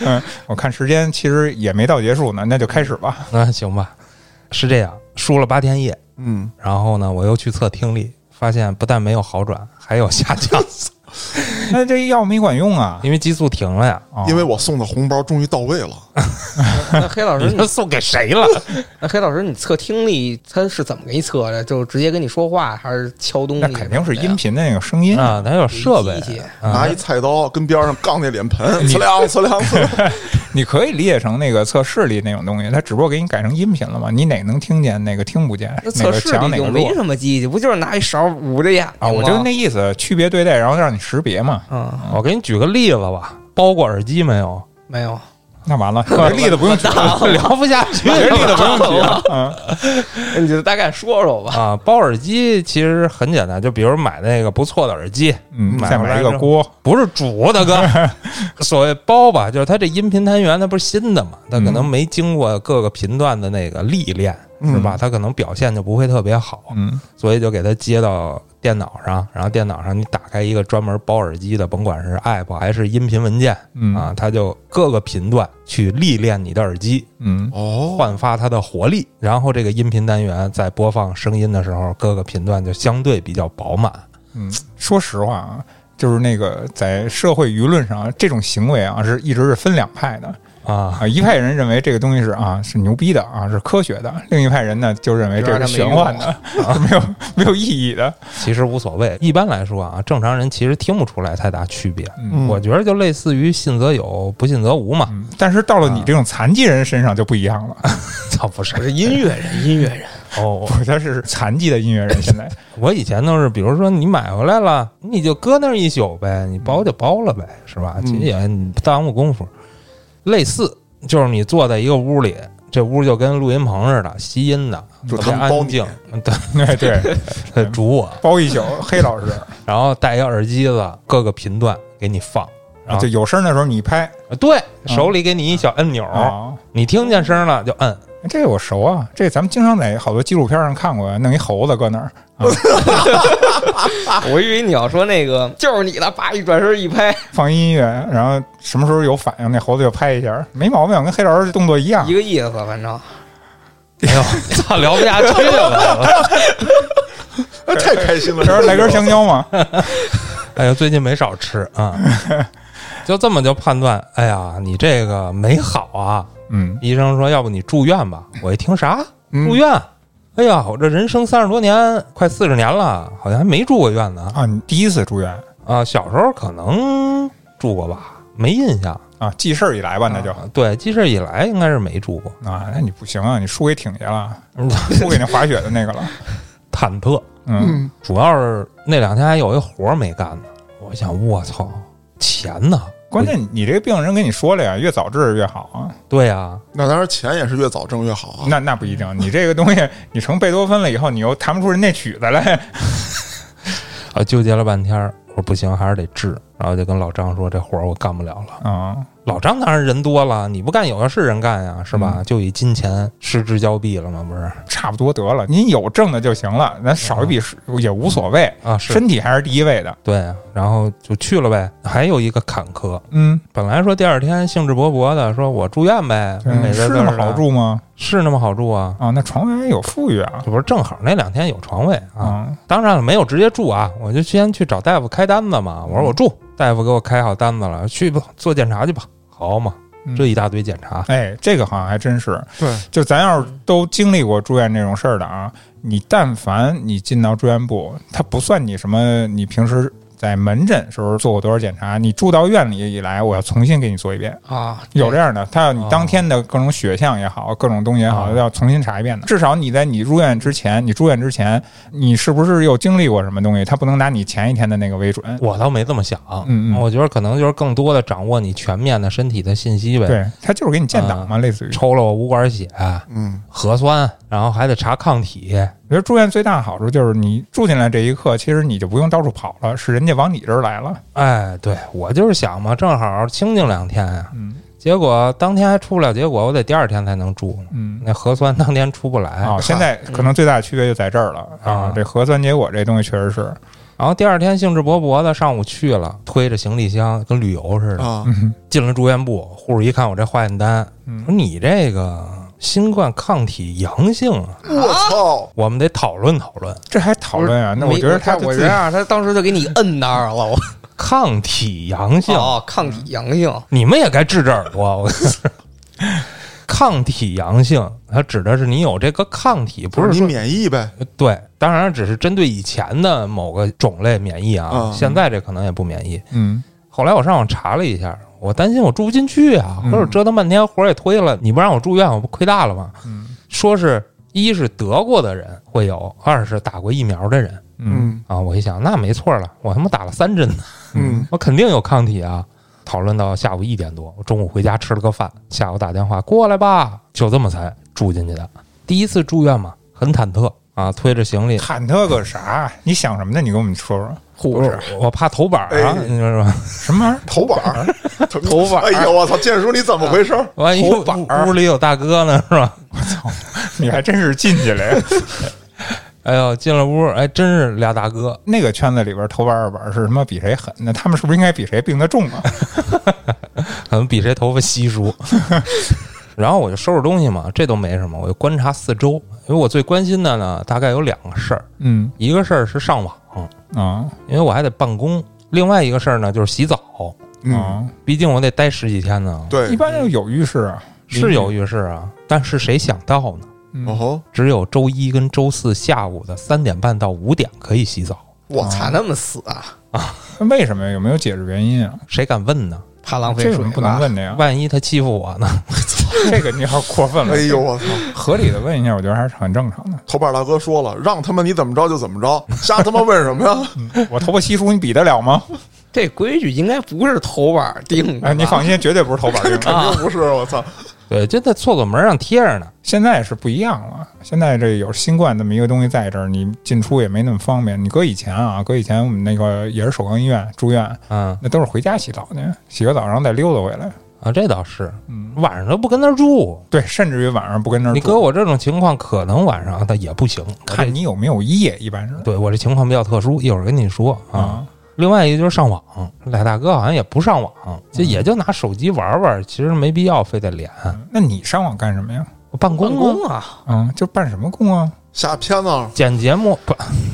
嗯，我看时间其实也没到结束呢，那就开始吧。那行吧，是这样，输了八天液，嗯，然后呢，我又去测听力，发现不但没有好转，还有下 [LAUGHS] 降，那这药没管用啊，因为激素停了呀。哦因为我送的红包终于到位了。那黑老师，你你这送给谁了？那黑老师，你测听力他是怎么给你测的？就直接跟你说话，还是敲东西那什么的呀？肯定是音频的那个声音啊，咱有设备机器拿啊，一菜刀跟边上杠那脸盆，呲亮呲亮呲亮。你可以理解成那个测视力那种东西，它只不过给你改成音频了嘛，你哪能听见，哪个听不见，哪那测个试强，里哪就个没弱什么机器，不就是拿一勺捂着眼啊？睛吗我就那意思，区别对待，然后让你识别嘛。嗯，我给你举个例子吧。包过耳机没有？没有，那完了，这例子不用举了， [LAUGHS] 聊不下去这例子了不用举了。嗯你就大概说说吧。啊！包耳机其实很简单，就比如买那个不错的耳机，嗯，买再回来买一个之后锅，不是主，大 [LAUGHS] 哥。所谓包吧，就是它这音频单元它不是新的嘛，嗯它可能没经过各个频段的那个历练，是吧？它可能表现就不会特别好，嗯所以就给它接到电脑上，然后电脑上你打开一个专门包耳机的，甭管是 app 还是音频文件嗯啊，它就各个频段去历练你的耳机，嗯哦，焕发它的活力。然后这个音频单元在播放声音的时候，各个频段就相对比较饱满。嗯，说实话啊，就是那个在社会舆论上，这种行为啊，是一直是分两派的。啊，啊，一派人认为这个东西是啊是牛逼的啊是科学的，另一派人呢就认为这是玄幻的，啊、没有没有意义的。其实无所谓。一般来说啊，正常人其实听不出来太大区别。嗯我觉得就类似于信则有，不信则无嘛。嗯，但是到了你这种残疾人身上就不一样了，操，不是我是音乐人，音乐人，啊哦， [LAUGHS] 我他是残疾的音乐人，现在 [LAUGHS] 我以前都是，比如说你买回来了，你就搁那儿一宿呗，你包就包了呗，是吧？嗯其实也不耽误功夫。类似就是你坐在一个屋里，这屋就跟录音棚似的，吸音的，就特别他们包安你嗯静，对对， [LAUGHS] 对，主我，包一宿，黑老师然后戴一个耳机子，各个频段给你放，然后啊就有声的时候你拍对手里给你一小按钮，嗯啊，你听见声了就摁。这我熟啊，这咱们经常在好多纪录片上看过，弄一猴子搁那儿，啊我以为你要说那个就是你了，叭一转身一拍，放音乐，然后什么时候有反应，那猴子就拍一下，没毛病，跟黑老师动作一样一。个意思，反正 [LAUGHS] 哎呦，操，聊不下去了。哎 [LAUGHS] 太开心了！这是来根香 [LAUGHS] 蕉吗？哎呀，最近没少吃啊。就这么就判断，哎呀，你这个没好啊！嗯医生说，要不你住院吧？我一听啥嗯住院？哎呀，我这人生三十多年，快四十年了，好像还没住过院呢。啊，你第一次住院啊，小时候可能住过吧，没印象。啊，记事儿以来吧，那就。啊对，记事以来应该是没住过，啊，那你不行啊，你输给挺爷了，嗯输给那滑雪的那 [LAUGHS] 个了。忐忑。嗯，主要是那两天还有一活儿没干呢，我想，我操，钱呢？关键你这个病人跟你说了呀，越早治越好啊。对呀、那当然，钱也是越早挣越好啊。那那不一定，你这个东西你成贝多芬了以后，你又弹不出人那曲子来。啊，纠结了半天儿，我说不行，还是得治。然后就跟老张说，这活儿我干不了了。啊，老张当然人多了，你不干有的是人干呀，是嗯吧？就以金钱失之交臂了嘛，不是差不多得了，您有挣的就行了，咱少一笔是也无所谓，啊？是身体还是第一位的。对啊，然后就去了呗。还有一个坎坷，嗯，本来说第二天兴致勃勃的说我住院呗，嗯美是滋滋那么的好，住吗？啊是那么好住啊。啊，那床位还有富裕啊。这不是正好那两天有床位啊？啊，当然了，没有直接住啊，我就先去找大夫开单子嘛。我说嗯我住，大夫给我开好单子了，去吧，做检查去吧。好嘛，嗯这一大堆检查，哎，这个好像还真是，对，就咱要是都经历过住院这种事儿的啊，你但凡你进到住院部，它不算你什么，你平时在门诊时候做过多少检查，你住到院里以来，我要重新给你做一遍。啊，有这样的，他要你哦当天的各种血项也好，各种东西也好，哦要重新查一遍的。至少你在你入院之前，你住院之前，你是不是又经历过什么东西？他不能拿你前一天的那个为准。我倒没这么想。嗯嗯我觉得可能就是更多的掌握你全面的身体的信息呗。，对他就是给你建嗯档嘛，类似于。抽了我五管血、嗯，核酸，然后还得查抗体。我觉得住院最大的好处就是你住进来这一刻，其实你就不用到处跑了，是人家往你这儿来了。哎，对我就是想嘛，正好清静两天呀、嗯结果当天还出不了结果，我得第二天才能住呢。嗯，那核酸当天出不来，哎啊，现在嗯可能最大的区别就在这儿了嗯啊啊！这核酸结果这东西确实是， [LAUGHS] 然后第二天兴致勃勃的上午去了，推着行李箱跟旅游似的，啊，嗯进了住院部，护士一看我这化验单，嗯说你这个新冠抗体阳性啊，我操！我们得讨论讨论这还讨论啊？那没我觉得他就我自觉己得啊他当时就给你摁那儿 [LAUGHS] 了，我抗体阳性，哦，抗体嗯阳性，你们也该治治耳朵。我抗体阳性，它指的是你有这个抗体，不是你说免疫呗？对，当然只是针对以前的某个种类免疫啊，嗯现在这可能也不免疫。嗯后来我上网查了一下，我担心我住不进去啊，嗯或者折腾半天活儿也推了，你不让我住院，我不亏大了吗？嗯说是一是得过的人会有，二是打过疫苗的人嗯啊。我一想，那没错了，我他妈打了三针呢，嗯我肯定有抗体啊。讨论到下午一点多，我中午回家吃了个饭，下午打电话过来吧，就这么才住进去的。第一次住院嘛，很忐忑啊，推 [LAUGHS] 着嗯行李，忐忑个啥？你想什么呢？你跟我们说说，护士我怕头板儿啊，哎你说说，什么玩意儿？头板儿，头板儿哎呦我操！建叔你怎么回事儿？万一头板儿屋屋里有大哥呢，是吧？你还真是进去了呀。哎呦，进了屋，哎，真是俩大哥， [LAUGHS] 那个圈子里边头板二板是他妈比谁狠？那他们是不是应该比谁病得重啊？可能比谁头发稀疏。然后我就收拾东西嘛，这都没什么，我就观察四周，因为我最关心的呢，大概有两个事儿，嗯一个事儿是上网，啊因为我还得办公；另外一个事儿呢就是洗澡，嗯，啊！毕竟我得待十几天呢。，一对，般就有浴室啊，是有浴室啊，但是谁想到呢？嗯哦吼，只有周一跟周四下午的三点半到五点可以洗澡，我操，那么死啊！那为什么呀？有没有解释原因啊？谁敢问呢？怕浪费这水个我们不吧能，问的呀，万一他欺负我呢？ [LAUGHS] [LAUGHS] 这个你好过分了哎。呦我操！合理的问一下，我觉得还是很正常的。头板大哥说了，让他们你怎么着就怎么着，瞎他妈问什么 [LAUGHS] 呀？我头发稀疏，你比得了吗？这规矩应该不是头板儿定的吧。哎，你放心，绝对不是头板儿硬。肯定不是，我操！对，就在厕所门上贴着呢。现在是不一样了，现在这有新冠这么一个东西在这儿，你进出也没那么方便。你搁以前啊，搁以前我们那个也是首钢医院住院，嗯那都是回家洗澡去，洗个澡然后再溜达回来。啊，这倒是，嗯，晚上都不跟那儿住。对，甚至于晚上不跟那儿你住搁我这种情况，可能晚上他也不行。我这看你有没有夜，一般是对我这情况比较特殊，一会儿跟你说啊。啊，另外一个就是上网，赖大哥好像也不上网，嗯就也就拿手机玩玩，其实没必要非得连那你上网干什么呀？我办办公啊，公啊，嗯，就办什么工啊？下片 [LAUGHS] 子剪节目不。 [LAUGHS]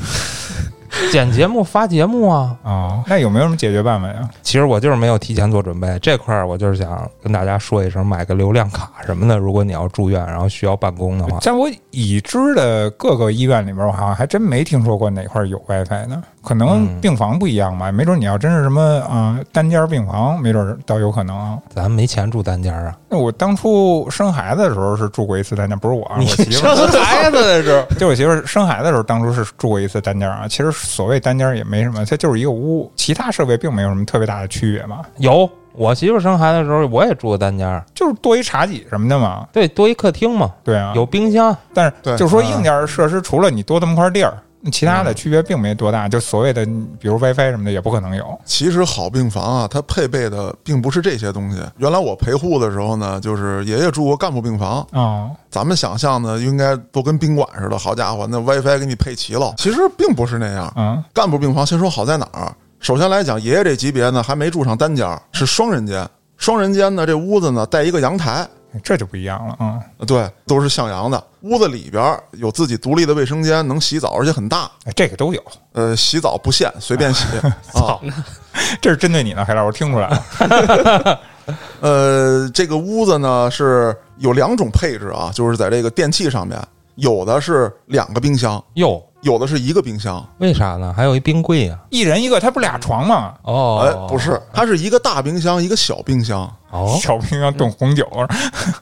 剪节目发节目啊！哦，那有没有什么解决办法呀？其实我就是没有提前做准备，这块儿我就是想跟大家说一声，买个流量卡什么的。如果你要住院，然后需要办公的 [LAUGHS] 话，在我已知的各个医院里边，我好像还真没听说过哪块儿有 WiFi 的。可能嗯病房不一样吧，没准你要真是什么啊、单间儿病房，没准儿倒有可能啊。咱没钱住单间儿啊。那我当初生孩子的时候是住过一次单间，不是我啊，我你媳妇儿。生孩子的时候，就我媳妇儿生孩子的时候，当初是住过一次单间啊。其实所谓单间儿也没什么，它就是一个屋，其他设备并没有什么特别大的区别嘛，有我媳妇儿生孩子的时候，我也住过单间儿，就是多一茶几什么的嘛。对，多一客厅嘛，对啊，有冰箱，但是对嗯就是说硬件儿设施除了你多这么块地儿，其他的区别并没多大。就所谓的比如 WiFi 什么的也不可能有。 [LAUGHS] 其实好病房啊，它配备的并不是这些东西。原来我陪护的时候呢，就是爷爷住过干部病房，哦，咱们想象呢，应该都跟宾馆似的。好家伙，那 WiFi 给你配齐了，其实并不是那样。嗯干部病房先说好在哪儿，首先来讲，爷爷这级别呢还没住上单间儿，是双人间。双人间呢，这屋子呢带一个阳台，这就不一样了啊、对，都是向阳的。屋子里边儿有自己独立的卫生间，能洗澡，而且很大。哎这个都有，呃，洗澡不限，随便洗啊。这是针对你呢，海老师，我听出来 [LAUGHS] 了。呃，这个屋子呢是有两种配置啊，就是在这个电器上面，有的是两个冰箱，哟，有的是一个冰箱。为啥呢？还有一冰柜啊呀、一人一个，它不是俩床吗？哦，哎，不是，它是一个大冰箱，一个小冰箱。哦，小冰箱冻红酒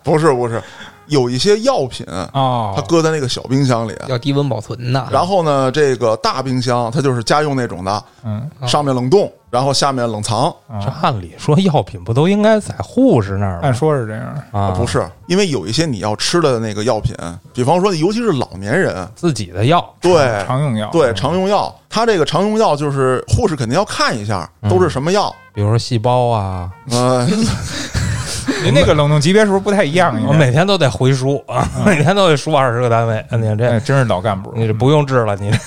不是，不是，有一些药品，它哦，搁在那个小冰箱里。要低温保存的。然后呢，这个大冰箱它就是家用那种的，嗯，上面冷冻，然后下面冷藏。啊这按理说药品不都应该在护士那儿吗按？说是这样。啊，不是，因为有一些你要吃的那个药品，比方说，尤其是老年人，自己的药，对，常用药，对，常用药，它这个常用药就是护士肯定要看一下都是什么 [LAUGHS] 药。比如说细胞啊，呃，您那个冷冻级别是不是不太一样？应哦我该每天都得回输啊，嗯 [LAUGHS] 每天都得输二十个单位。啊你哎，这真是老干部，你这不用治了，你这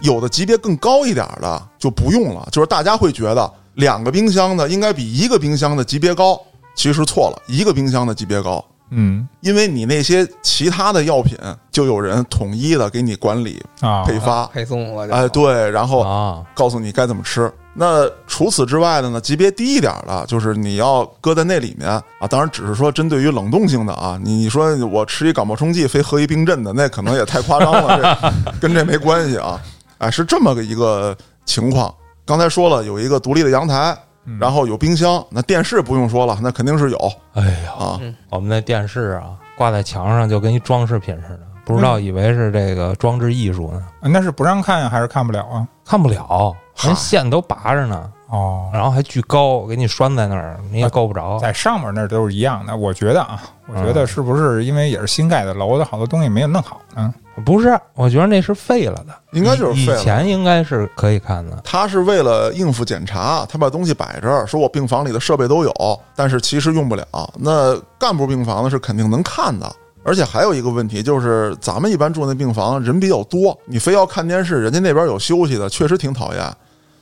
有的级别更高一点儿的就不用了，就是大家会觉得两个冰箱的应该比一个冰箱的级别高，其实错了，一个冰箱的级别高。嗯因为你那些其他的药品就有人统一的给你管理啊，配发，配送了就。哎，对，然后啊，告诉你该怎么吃。那除此之外的呢，级别低一点的，就是你要搁在那里面啊，当然只是说针对于冷冻性的啊，你你说我吃一感冒冲剂，非喝一冰镇的，那可能也太夸张了，这跟这没关系啊，哎，是这么个一个情况。刚才说了，有一个独立的阳台，然后有冰箱，那电视不用说了，那肯定是有哎呀，啊，我们那电视啊挂在墙上就跟一装饰品似的，不知道嗯以为是这个装置艺术呢，那是不让看还是看不了啊？看不了，人线都拔着呢，哦，然后还巨高，给你拴在那儿，你啊也够不着。在上面那儿都是一样的，我觉得啊，我觉得是不是因为也是新盖的楼，的好多东西没有弄好呢？不是，我觉得那是废了的，应该就是以废了。前应该是可以看的。他是为了应付检查，他把东西摆这儿，说我病房里的设备都有，但是其实用不了。那干部病房呢是肯定能看的，而且还有一个问题就是，咱们一般住那病房人比较多，你非要看电视，人家那边有休息的，确实挺讨厌。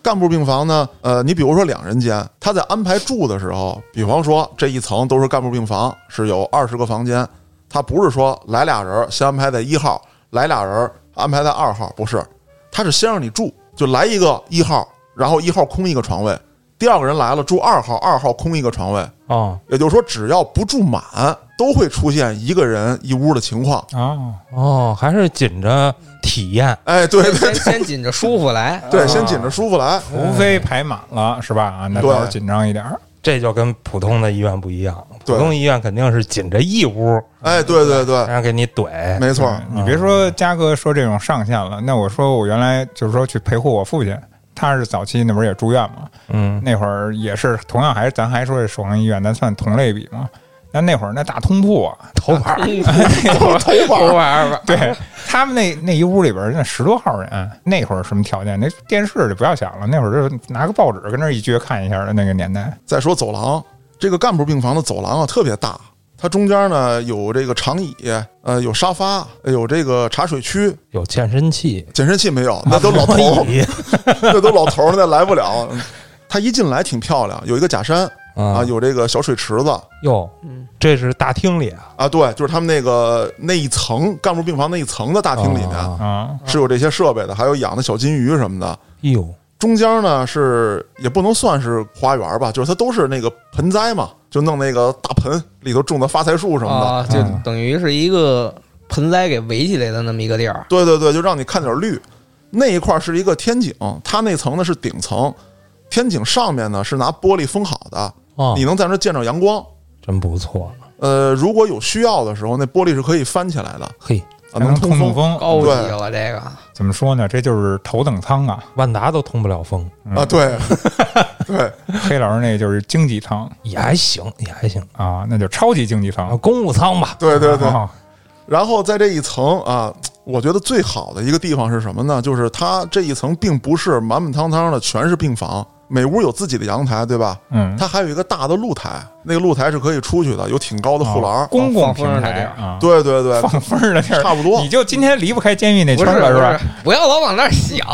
干部病房呢，呃，你比如说两人间，他在安排住的时候，比方说这一层都是干部病房，是有二十个房间，他不是说来俩人先安排在一号，来俩人安排在二号，不是，他是先让你住，就来一个一号，然后一号空一个床位，第二个人来了住二号，二号空一个床位，哦也就是说只要不住满，都会出现一个人一屋的情况。哦，哦，还是紧着体验。哎，对 [LAUGHS] 先对先先紧着舒服来， [LAUGHS] 对，先紧着舒服来。除非排满了是吧？啊，那对倒是紧张一点儿。这就跟普通的医院不一样，对普通医院肯定是紧着一屋，哎，对对对，然后给你怼。没错。你嗯别说嘉哥说这种上限了，那我说我原来就是说去陪护我父亲，他是早期那不是也住院嘛，嗯，那会儿也是同样还是咱还说是首钢医院，咱算同类比嘛。那那会儿那大通铺啊，头牌儿 [LAUGHS] 头发不玩吧。对他们那那一屋里边儿那十多号人，那会儿什么条件？那电视就不要想了，那会儿就拿个报纸跟那儿一撅看一下的那个年代。再说走廊，这个干部病房的走廊啊特别大，它中间呢有这个长椅，呃，有沙发，有这个茶水区，有健身器，健身器没有，那都老头儿轮椅这都老头儿了，那来不了。他一进来挺漂亮，有一个假山啊，啊有这个小水池子哟，这是大厅里啊，啊，对，就是他们那个那一层干部病房那一层的大厅里面啊啊，是有这些设备的，还有养的小金鱼什么的。哟，中间呢是也不能算是花园吧，就是它都是那个盆栽嘛，就弄那个大盆里头种的发财树什么的。嗯啊，就等于是一个盆栽给围起来的那么一个地儿。对对对，就让你看点绿。那一块儿是一个天井，它那层呢是顶层，天井上面呢是拿玻璃封好啊的，哦你，能在那见着阳光。真不错，呃，如果有需要的时候，那玻璃是可以翻起来的，嘿，啊，还能通通风通风。高级了，这个怎么说呢？这就是头等舱啊。万达都通不了风，啊，对，嗯对，黑老师那就是经济舱也还行，也还行啊，那就超级经济啊，舱。公务舱吧，对 [LAUGHS] 对对。啊然后在这一层啊，我觉得最好的一个地方是什么呢？就是它这一层并不是满满当当的全是病房，每屋有自己的阳台，对吧？嗯，它还有一个大的露台，那个露台是可以出去的，有挺高的护栏儿。啊公共放风平儿的台地儿啊，对啊对对，哦放风儿的地儿差不多你就今天离不开监狱那不圈是儿了，不是吧？，不要老往那儿想，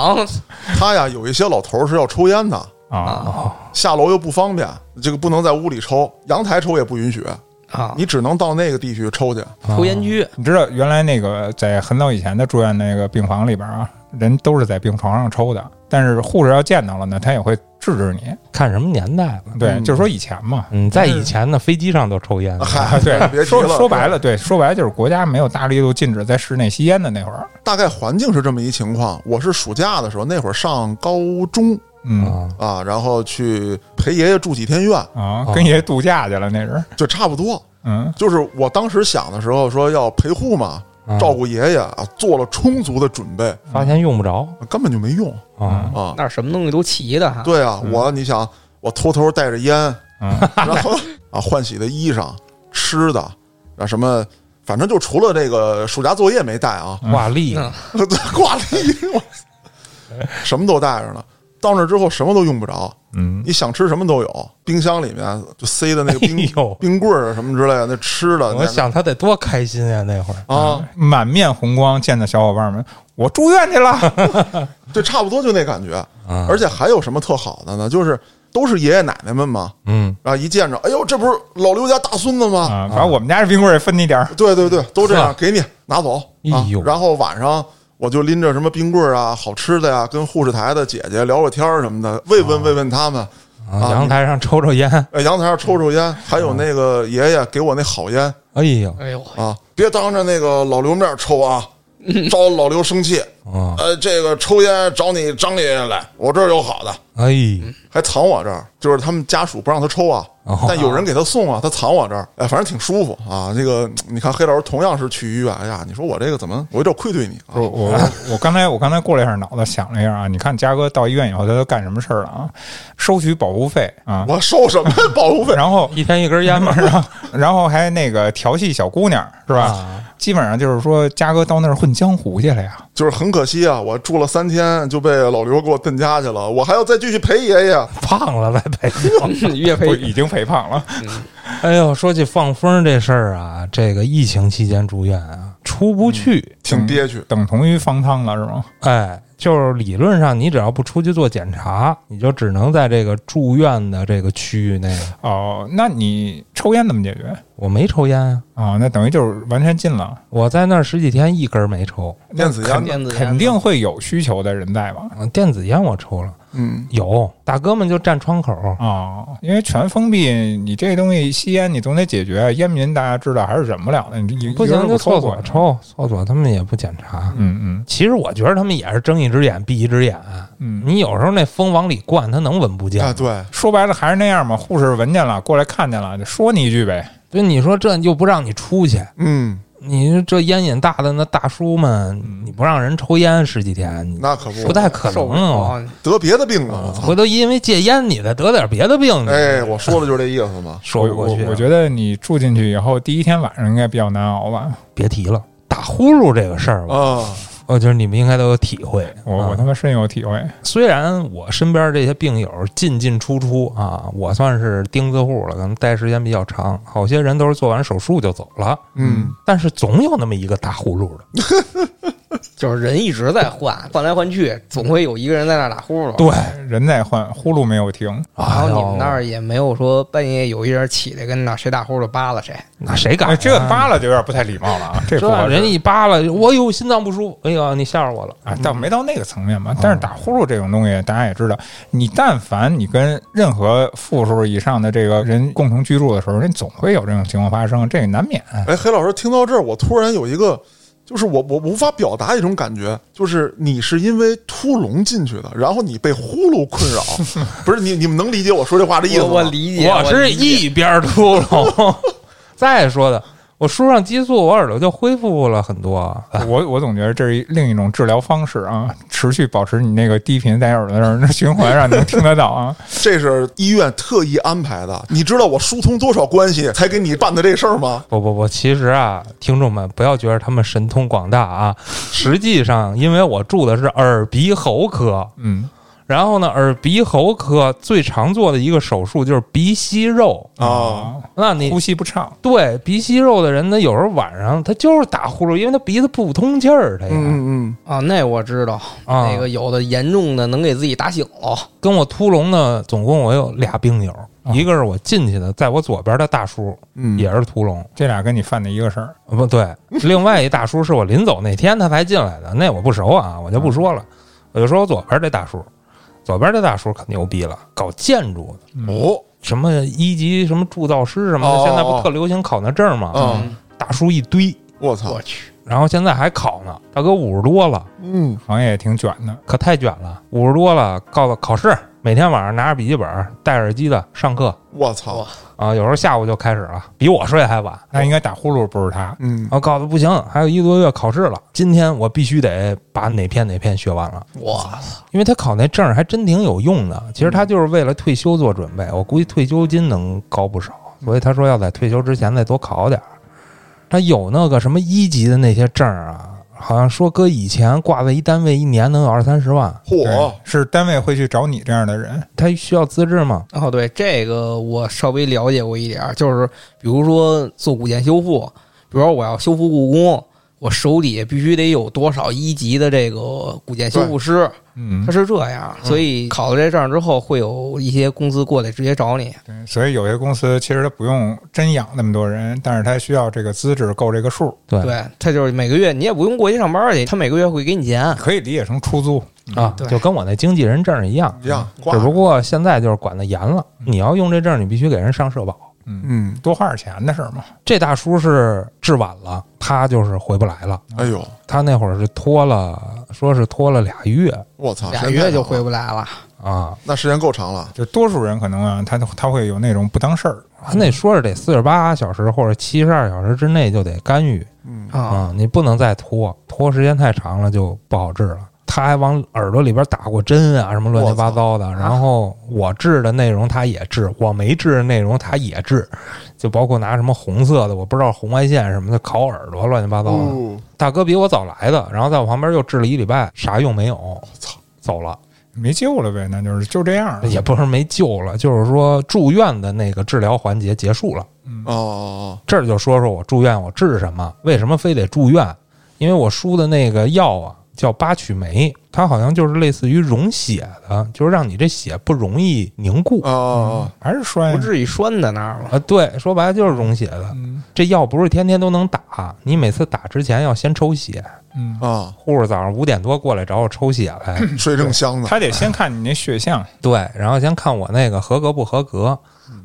他呀有一些老头儿是要抽烟的，啊，下楼又不方便，这个不能在屋里抽，阳台抽也不允许，啊，你只能到那个地区抽去。抽烟区你知道原来那个在很早以前的住院那个病房里边啊，人都是在病床上抽的，但是护士要见到了呢，他也会制止你。看什么年代了？对，嗯就是说以前嘛。啊嗯，在以前呢，飞机上都抽 [LAUGHS] 烟呢，啊嗨， [LAUGHS] 对别，提说了说白了，对，说白了就是国家没有大力度禁止在室内吸烟的那会儿，大概环境是这么一情况。我是暑假的时候，那会儿上高中嗯啊，啊，然后去陪爷爷住几天院，啊，跟爷度假去了那是，就差不多。嗯就是我当时想的时候，说要陪护嘛，啊照顾爷爷啊，做了充足的准备，发现用不着根本就没用啊，啊。那儿什么东西都齐的哈。对啊，我你想，我偷偷带着烟，嗯，然后啊，换洗的衣裳、吃的啊，什么，反正就除了这个暑假作业没带啊， [LAUGHS] 挂历嗯挂历，我操什么都带着呢。到那之后什么都用不着，嗯，你想吃什么都有，冰箱里面就塞的那个冰、 [LAUGHS] 哎呦冰棍儿什么之类的，那吃的我那想他得多开心呀，那会儿啊，满面红光见的小伙伴们，我住院去了，啊对，差不多就那感觉。而且还有什么特好的呢？就是都是爷爷奶奶们嘛，嗯，啊，一见着，哎呦，这不是老刘家大孙子吗？啊，反正我们家这冰棍儿也分你点儿，对对对，都这样，呵给你拿走。啊哎呦然后晚上我就拎着什么冰棍儿啊、好吃的呀、跟护士台的姐姐聊聊天儿什么的，慰问慰问他们。啊啊阳台上抽抽烟，呃，阳台上抽抽烟，还有那个爷爷给我那好烟哎呦，哎呦，啊，别当着那个老刘面抽 [LAUGHS] 啊，招老刘生气。啊，呃，这个抽烟找你张爷爷来，我这儿有好的，哎，还藏我这儿，就是他们家属不让他抽啊哦，但 [LAUGHS] 有人给他送啊，他藏我这儿，哎，反正挺舒服啊。这个你看，黑老师同样是去医院，哎呀，你说我这个怎么，我有点愧对你啊。我我我刚才我刚才过了一下脑子，想了一下啊，你看嘉哥到医院以后，他都干什么事儿了啊？收取保护费啊，我收什么 [LAUGHS] 保护费？然后一天一根烟嘛，然后然后还那个调戏小姑娘是吧？啊基本上就是说嘉哥到那儿混江湖去了 [LAUGHS] 呀。就是很可惜啊，我住了三天就被老刘给我蹬家去了，我还要再继续陪爷爷。 [LAUGHS] 胖了再赔。岳不飞是 [LAUGHS] 已经肥胖了，哎呦，说起放风这事儿啊，这个疫情期间住院啊，出不去，挺憋屈。等同于方舱了是吗？哎，就是理论上你只要不出去做检查，你就只能在这个住院的这个区域内。哦，那你抽烟怎么解决？我没抽烟啊，哦，那等于就是完全禁了，我在那儿十几天一根儿没抽，电子烟呢，电子烟肯定会有需求的人在吧？嗯电子烟我抽了，嗯，有大哥们就站窗口，哦，因为全封闭，你这东西吸烟你总得解决，啊烟民大家知道还是忍不了的，你你不一个行人就不厕抽所过。抽，厕所他们也不检查。嗯嗯其实我觉得他们也是睁一只眼闭一只眼，啊嗯，你有时候那风往里灌，他能闻不见啊，。对，说白了还是那样嘛，护士闻见了过来看见了，就说你一句呗。就你说这又不让你出去，嗯，你这烟瘾大的那大叔们，你不让人抽烟十几天，你那可不不太可哦受能不啊！了，得别的病了，我操！回头因为戒烟，你再得点别的嗯病，哎，我说的就是这意思嘛。说不我过去。啊我我觉得你住进去以后，第一天晚上应该比较难熬吧？别提了，打呼噜这个事儿嗯吧，啊，我觉得你们应该都有体会。我啊我他妈深有体会。虽然我身边这些病友进进出出啊，我算是钉子户了，可能待时间比较长，好些人都是做完手术就走了，嗯，但是总有那么一个打呼噜的。就是人一直在换， [LAUGHS] 换来换去，总会有一个人在那儿打呼噜。对，人在换，呼噜没有停。然哎后你们那儿也没有说半夜有一人起来跟那儿谁打呼噜扒拉谁，那谁敢啊、哎，这扒拉就有点不太礼貌了啊，这不合这适人一扒拉，我有心脏不舒服，哎呦，你吓着我了。啊，倒没到那个层面吧。但是打呼噜这种东西，大家也知道，你但凡你跟任何负数以上的这个人共同居住的时候，人总会有这种情况发生，这个难免。啊哎，黑老师，听到这儿，我突然有一个，就是我我无法表达一种感觉，就是你是因为秃龙进去的，然后你被呼噜困扰， [LAUGHS] 不是你你们能理解我说这话的意思我吗？我哎理解，我是理解一边秃 [LAUGHS] 噜。再说的，我输上激素，我耳朵就恢复了很多。我我总觉得这是一另一种治疗方式啊，持续保持你那个低频在耳朵那儿循环，让你能听得到啊。这是医院特意安排的，你知道我疏通多少关系才给你办的这事儿吗？不不不，其实啊，听众们不要觉得他们神通广大啊，实际上因为我住的是耳鼻喉科，嗯，然后呢，耳鼻喉科最常做的一个手术就是鼻息肉。哎啊，那你呼吸不畅，对鼻息肉的人呢，有时候晚上他就是打呼噜，因为他鼻子不通气儿，他呀、嗯嗯啊，那我知道，啊，那个有的严重的能给自己打醒了，跟我秃龙呢，总共我有俩病友，一个是我进去的，在我左边的大叔啊嗯，也是秃龙，这俩跟你犯的一个事儿。呃不对，另外一大叔是我临走那天他才进来的，那我不熟啊，我就不说了，我就说我左边这大叔，左边这大叔可牛逼了，搞建筑的，嗯哦，什么一级什么铸造师什么的，哦现在不特流行考那证吗？哦嗯大叔一堆，我操我，去，然后现在还考呢，大哥五十多了，嗯，行业也挺卷的，可太卷了，五十多了，告诉考试，每天晚上拿着笔记本，戴耳机的上课，我操哇，啊，有时候下午就开始了，比我睡得还晚。那应该打呼噜不是他。嗯，我告诉他不行，还有一个多月考试了，今天我必须得把哪篇哪篇学完了，哇，因为他考那证儿还真挺有用的。其实他就是为了退休做准备，我估计退休金能高不少，所以他说要在退休之前再多考点儿。他有那个什么一级的那些证儿啊，好像说搁以前挂在一单位一年能有二三十万，嚯对，是单位会去找你这样的人，他需要资质吗？哦对，这个我稍微了解过一点儿，就是比如说做古建修复，比如说我要修复故宫，我手底下必须得有多少一级的这个古建修复师，嗯它，是这样，所以考了这证之后，会有一些公司过来直接找你。对，所以有些公司其实它不用真养那么多人，但是它需要这个资质够这个数，对对，他就是每个月你也不用过去上班去，他每个月会给你钱。可以理解成出租。啊对，就跟我那经纪人证儿一样，嗯一样挂只不着，过现在就是管的严了。你要用这证儿，你必须给人上社保。嗯，多花点钱的事儿嘛，这大叔是治晚了，他就是回不来了。哎呦，他那会儿是拖了，说是拖了俩月我操，俩时间太月长就了回不来了，啊。那时间够长了，就多数人可能啊，他他会有那种不当事儿，他那说是得四十八小时或者七十二小时之内就得干预嗯，啊、啊，你不能再拖，拖时间太长了就不好治了。他还往耳朵里边打过针啊，什么乱七八糟的。然后我治的内容他也治，我没治的内容他也治，就包括拿什么红色的，我不知道红外线什么的烤耳朵，乱七八糟的。哦，大哥比我早来的，然后在我旁边又治了一礼拜，啥用没有，我操，走了。没救了呗，那就是就这样了。也不是没救了，就是说住院的那个治疗环节结束了。哦哦，这儿就说说我住院我治什么，为什么非得住院？因为我输的那个药啊叫八曲霉，它好像就是类似于溶血的，就是让你这血不容易凝固哦哦，还是栓啊不至于拴在那儿嘛。啊。对，说白了就是溶血的。嗯这药不是天天都能打，你每次打之前要先抽血。嗯，啊，护士早上五点多过来找我抽血来，睡正香呢，他得先看你那血象，对，然后先看我那个合格不合格，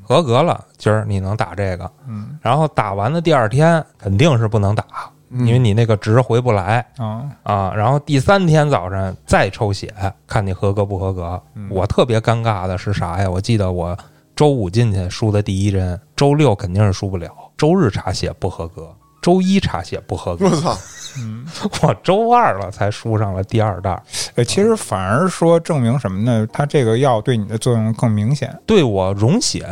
合格了，今儿你能打这个，嗯然后打完的第二天肯定是不能打，嗯因为你那个值回不来啊，啊。然后第三天早晨再抽血，看你合格不合格。嗯我特别尴尬的是啥呀？我记得我周五进去输的第一针，周六肯定是输不了，周日查血不合格，周一查血不合 [LAUGHS] 我格，操，嗯，我周二了才输上了第二袋儿。呃，其实反而说证明什么呢？它这个药对你的作用更明显，对我溶血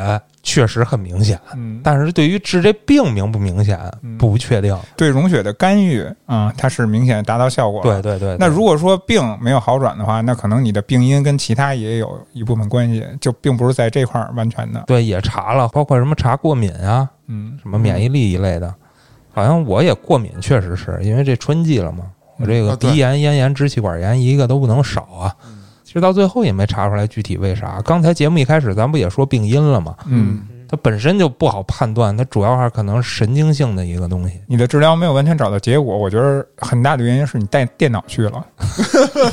确实很明显，嗯，但是对于治这病明不明显嗯不确定。对溶血的干预啊、它是明显达到效果。对。对对，那对如果说病没有好转的话，那可能你的病因跟其他也有一部分关系，就并不是在这块儿完全的。对也查了，包括什么查过敏啊，嗯，什么免疫力一类的，好像我也过敏，确实是因为这春季了嘛，我这嗯哦个啊对鼻炎、咽炎、支气管炎一个都不能少啊。嗯其实到最后也没查出来具体为啥。刚才节目一开始咱不也说病因了吗？嗯，它本身就不好判断，它主要还是可能是神经性的一个东西。你的治疗没有完全找到结果，我觉得很大的原因是你带电脑去了，啊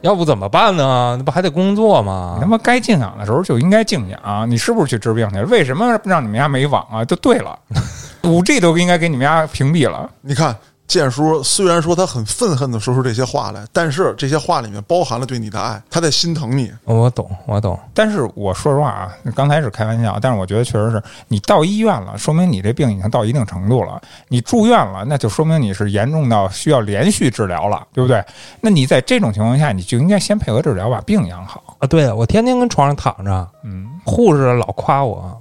要不怎么办呢？那不还得工作吗你他？妈该静养的时候就应该静养，啊你是不是去治病去了？为什么让你们家没网啊？就对 [LAUGHS] 了，五 G 都应该给你们家屏蔽了。你看。建叔虽然说他很愤恨的说出这些话来，但是这些话里面包含了对你的爱，他在心疼你。我懂，我懂。但是我说实话啊，刚才是开玩笑，但是我觉得确实是你到医院了，说明你这病已经到一定程度了；你住院了，那就说明你是严重到需要连续治疗了，对不 [LAUGHS] 对？那你在这种情况下，你就应该先配合治疗，把病养好。啊，对我天天跟床上躺着，嗯，护士老夸我，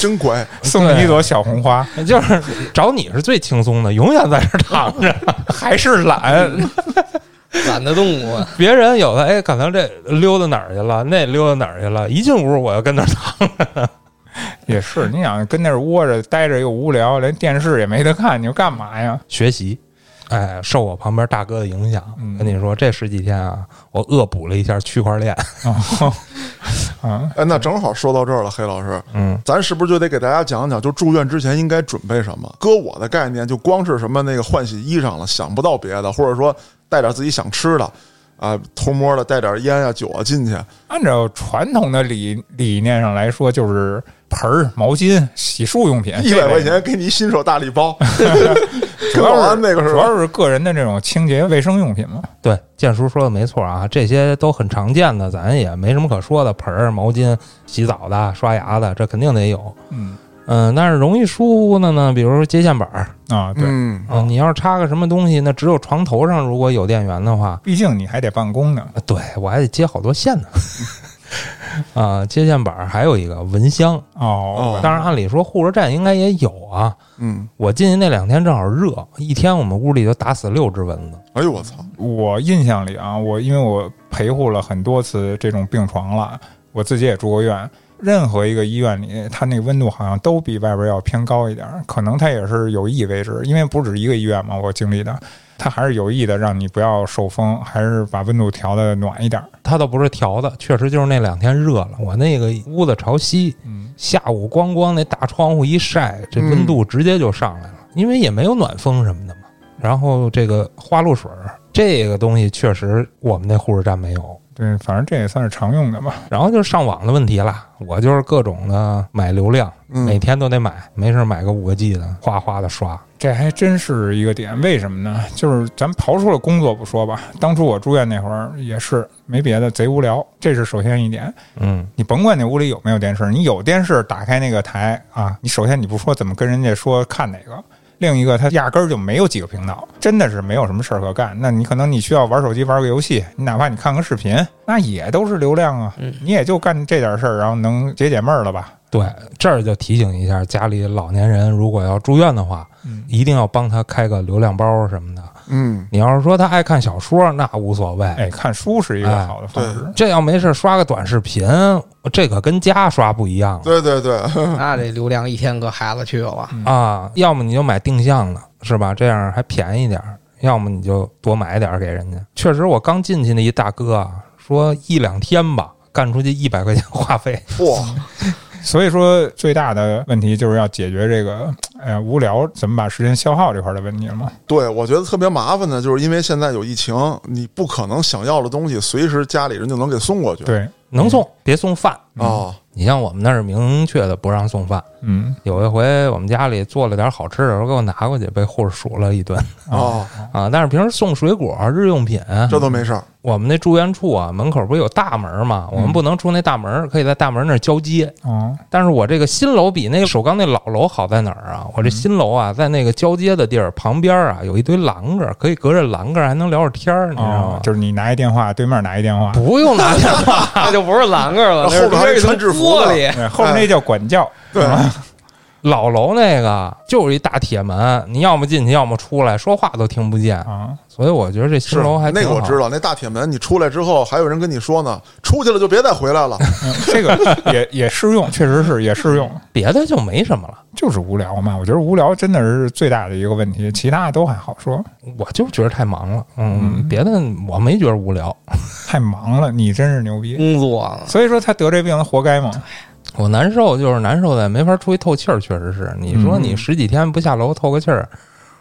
真乖，送你一朵小红花， [LAUGHS] 就是找你是最轻松的，永远在这儿 [LAUGHS] 躺着，还是懒。懒得动我，别人有的哎，可能这溜达哪儿去了，那溜达哪儿去了，一进屋我要跟那儿躺。也是，你想跟那儿窝着待着又无聊，连电视也没得看，你又干嘛呀？学习，哎，受我旁边大哥的影响，嗯跟你说这十几天啊，我恶补了一下区块链。啊，哎，那正好说到这儿了，黑老师，嗯，咱是不是就得给大家讲讲，就住院之前应该准备什么？搁我的概念，就光是什么那个换洗衣裳了，想不到别的，或者说带点自己想吃的，啊，偷摸的带点烟啊、酒啊进去，按照传统的理理念上来说，就是盆儿、毛巾、洗漱用品， [LAUGHS] 一百块钱给你一新手大礼 [LAUGHS] 包，这类的，跟主保要安是那个是主吧？要是个人的这种清洁卫生用品嘛。对，建叔说的没错啊，这些都很常见的，咱也没什么可说的，盆儿、毛巾、洗澡的、刷牙的，这肯定得有。嗯嗯，但是容易疏忽的呢，比如说接线板儿，啊，对，嗯，嗯，你要是插个什么东西，那只有床头上如果有电源的话，毕竟你还得办公呢。啊对我还得接好多线呢。 [LAUGHS] 啊，接线板儿还有一个蚊香，哦哦，当然按理说护士站应该也有啊。嗯，我进去那两天正好热，一天我们屋里就打死六只蚊子。哎呦我操，我印象里啊，我因为我陪护了很多次这种病床了，我自己也住过院。任何一个医院里，它那个温度好像都比外边要偏高一点儿，可能它也是有意为之，因为不止一个医院嘛，我经历的，它还是有意的让你不要受风，还是把温度调的暖一点儿。它倒不是调的，确实就是那两天热了，我那个屋子朝西，嗯，下午咣咣那大窗户一晒，这温度直接就上来了，因为也没有暖风什么的嘛。然后这个花露水儿这个东西确实我们那护士站没有，对，反正这也算是常用的吧。然后就是上网的问题啦，我就是各种的买流量，每嗯，天都得买，没事买个五个 G 的，哗哗的刷。这还真是一个点，为什么呢？就是咱刨出了工作不说吧，当初我住院那会儿也是没别的，贼无聊，这是首先一点。嗯，你甭管那屋里有没有电视，你有电视打开那个台啊，你首先你不说怎么跟人家说看哪个，另一个他压根儿就没有几个频道，真的是没有什么事儿可干。那你可能你需要玩手机玩个游戏，你哪怕你看个视频，那也都是流量啊，嗯你也就干这点事儿，然后能解解闷儿了吧？对，这儿就提醒一下家里老年人，如果要住院的话，嗯，一定要帮他开个流量包什么的。嗯，你要是说他爱看小说，那无所谓。哎，看书是一个好的方式。这要没事刷个短视频，这可跟家刷不一样对对对，那这流量一天搁孩子去了，嗯啊。要么你就买定向的，是吧？这样还便宜点儿；要么你就多买点儿给人家。确实，我刚进去那一大哥啊，说一两天吧，干出去一百块钱话费。哇，所以说，最大的问题就是要解决这个，哎呀，无聊怎么把时间消耗这块儿的问题了嘛。对我觉得特别麻烦的，就是因为现在有疫情，你不可能想要的东西随时家里人就能给送过去对，能送别送饭。啊。你像我们那儿明确的不让送饭。嗯，有一回我们家里做了点好吃的，说给我拿过去，被护士数了一顿哦，啊。但是平时送水果、日用品，这都没事儿，我们那住院处啊，门口不是有大门嘛，嗯我们不能出那大门，可以在大门那儿交接。哦，但是我这个新楼比那个首钢那老楼好在哪儿啊？嗯我这新楼啊，在那个交接的地儿旁边啊，有一堆栏杆儿，可以隔着栏杆儿还能聊着天儿，你知道吗哦，？就是你拿一电话，对面拿一电话，不用拿电话， [LAUGHS] 那就不是栏杆了，后那是边还一层穿制服玻的璃。对，哎后面那叫管教，对， [LAUGHS] 老楼那个就是一大铁门，你要么进去，要么出来，说话都听不见。啊，所以我觉得这新是楼还挺那好个我知道，那大铁门你出来之后，还有人跟你说呢，出去了就别再回 [LAUGHS] 来了。嗯这个也 [LAUGHS] 也适用，确实是也适用，别的就没什么了。就是无聊嘛。我觉得无聊真的是最大的一个问题，其他都还好说。我就觉得太忙了，嗯，嗯别的我没觉得无聊。太忙了，你真是牛逼。工作所以说他得这病，他活该嘛。我难受就是难受在没法出去透气儿，确实是。你说嗯你十几天不下楼透个气儿，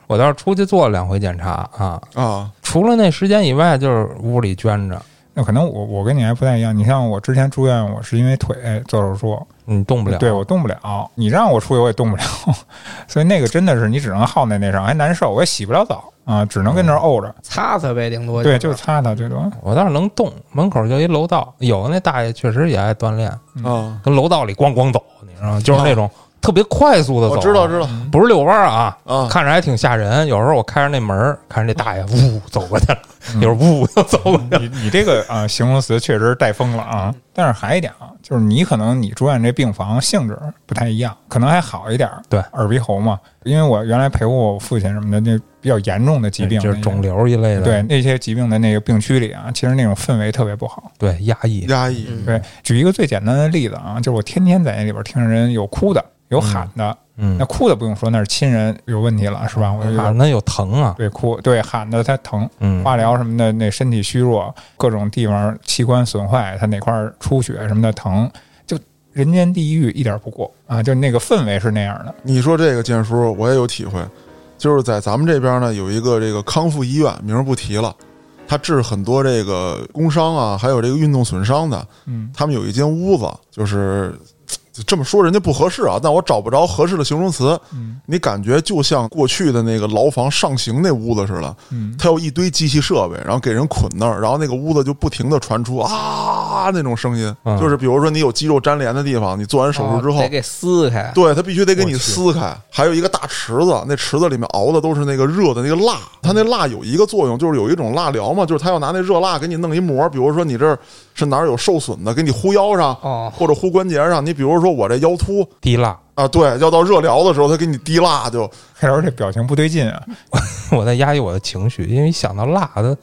我倒是出去做了两回检查啊，啊，除了那时间以外，就是屋里捐着，那可能我我跟你还不太一样，你像我之前住院，我是因为腿做手术，你动不了。对我动不了，你让我出去我也动不了， [LAUGHS] 所以那个真的是你只能耗在那上，还难受，我也洗不了澡啊，只能跟那嗯儿怄着。擦擦呗，顶多对，就是擦擦最多。我倒是能动，门口就一楼道，有那大爷确实也爱锻炼，啊，跟楼道里咣咣走，你知道吗？就是那种特别快速的走，啊我知道知道不是遛弯儿啊，啊，看着还挺吓人。有时候我开着那门儿，看着那大爷呜走过去了，嗯有时候呜又走过去了。你你这个啊、形容词确实带风了啊，但是还一点啊，就是你可能你住院这病房性质不太一样，可能还好一点儿。对耳鼻喉嘛，因为我原来陪过我父亲什么的，那比较严重的疾病，就是那些肿。瘤一类的，对那些疾病的那个病区里啊，其实那种氛围特别不好。对压抑，压抑，嗯对，举一个最简单的例子啊，就是我天天在那里边听着人有哭的，有喊的，嗯那，哭的不用说，那是亲人有问题了，是吧？我就啊，那有疼啊，对哭对喊的他疼，嗯，化疗什么的，那身体虚弱，各种地方器官损坏，他哪块儿出血什么的疼，就人间地狱一点不过啊！就那个氛围是那样的，你说这个建叔，我也有体会，就是在咱们这边呢，有一个这个康复医院，名儿不提了，他治很多这个工伤啊，还有这个运动损伤的。嗯他们有一间屋子，就是嘖这么说人家不合适啊，但我找不着合适的形容词。嗯你感觉就像过去的那个牢房上刑那屋子似的，嗯，它有一堆机器设备，然后给人捆那儿，然后那个屋子就不停的传出啊那种声音，嗯就是比如说你有肌肉粘连的地方，你做完手术之后哦得。给撕开。 [LAUGHS] 对，它必须得给你我去撕开。还有一个大池子，那池子里面熬的都是那个热的那个蜡。它那蜡有一个作用，就是有一种蜡疗嘛，就是它要拿那热蜡给你弄一膜，比如说你这儿是哪儿有受损的，给你糊腰上，哦，或者呼关节上。你比如说我这腰突滴蜡，啊，对，要到热疗的时候，他给你滴蜡就黑老师这表情不对劲啊，我在压抑我的情绪，因为一想到蜡的，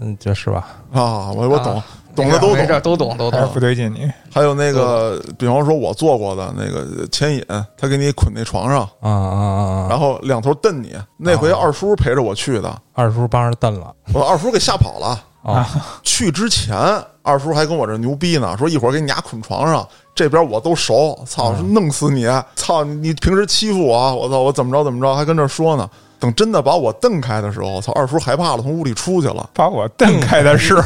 嗯，这是吧？啊，我我懂，啊懂的都没事懂。嗯都懂都还是不懂。对劲你。还有那个，比方说我做过的那个牵引，他给你捆那床上，啊啊啊啊！然后两头蹬你。那哦回二叔陪着我去的，二叔帮着蹬了我二叔给吓跑了。啊去之前，二叔还跟我这牛逼呢，说一会儿给你俩捆床上，这边我都熟，操，弄死你！操，你平时欺负我啊，我操，我怎么着怎么着，还跟这说呢。等真的把我蹬开的时候，操，二叔害怕了，从屋里出去了。把我蹬开的时候，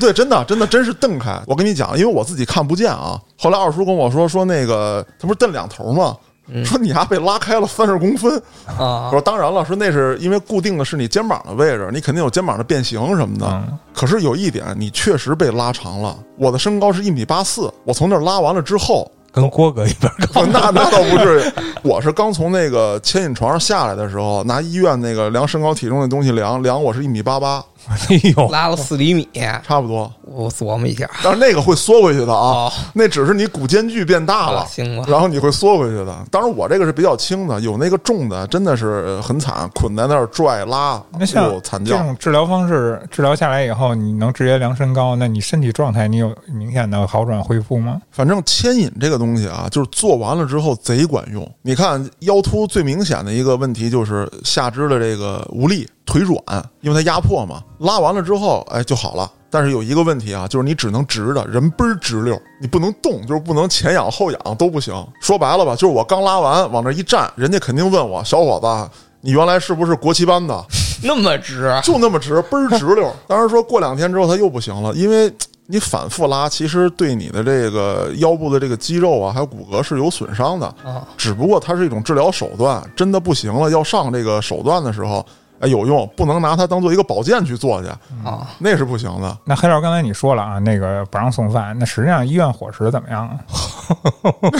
对，真的，真的，真是蹬开。我跟你讲，因为我自己看不见啊。后来二叔跟我说，说那个他不是蹬两头吗？说你还被拉开了三十公分我啊，说当然了，说那是因为固定的是你肩膀的位置，你肯定有肩膀的变形什么的。嗯可是有一点，你确实被拉长了。我的身高是一米八四，我从那儿拉完了之 [LAUGHS] 后，跟郭哥一边高。那那倒不至于。 [LAUGHS] 我是刚从那个牵引床上下来的时候，拿医院那个量身高体重那东西量量，我是一米八八，哎 [LAUGHS] 呦，拉了四厘米，差不多。我琢磨一下，但是那个会缩回去的啊，哦那只是你骨间距变大了，啊行吧然后你会缩回去的。当然我这个是比较轻的，有那个重的真的是很惨，捆在那儿拽拉，那像有惨这叫。种治疗方式，治疗下来以后，你能直接量身高，那你身体状态你有明显的好转恢复吗？反正牵引这个东西啊，就是做完了之后贼管用。你看腰突最明显的一个问题就是下肢的这个无力、腿软，因为它压迫嘛。拉完了之后，哎就好了。但是有一个问题啊，就是你只能直的，人倍儿直溜，你不能动，就是不能前仰后仰都不行。说白了吧，就是我刚拉完往那一站，人家肯定问我小伙子，你原来是不是国旗班的？那么直， [LAUGHS] 啊就那么直，倍儿直溜。当然说过两天之后它又不行了，因为你反复拉，其实对你的这个腰部的这个肌肉啊，还有骨骼是有损伤的。啊只不过它是一种治疗手段，真的不行了，要上这个手段的时候，哎有用，不能拿它当做一个保健去做去，啊，那是不行的。那黑老刚才你说了啊，那个不让送饭，那实际上医院伙食怎么样啊？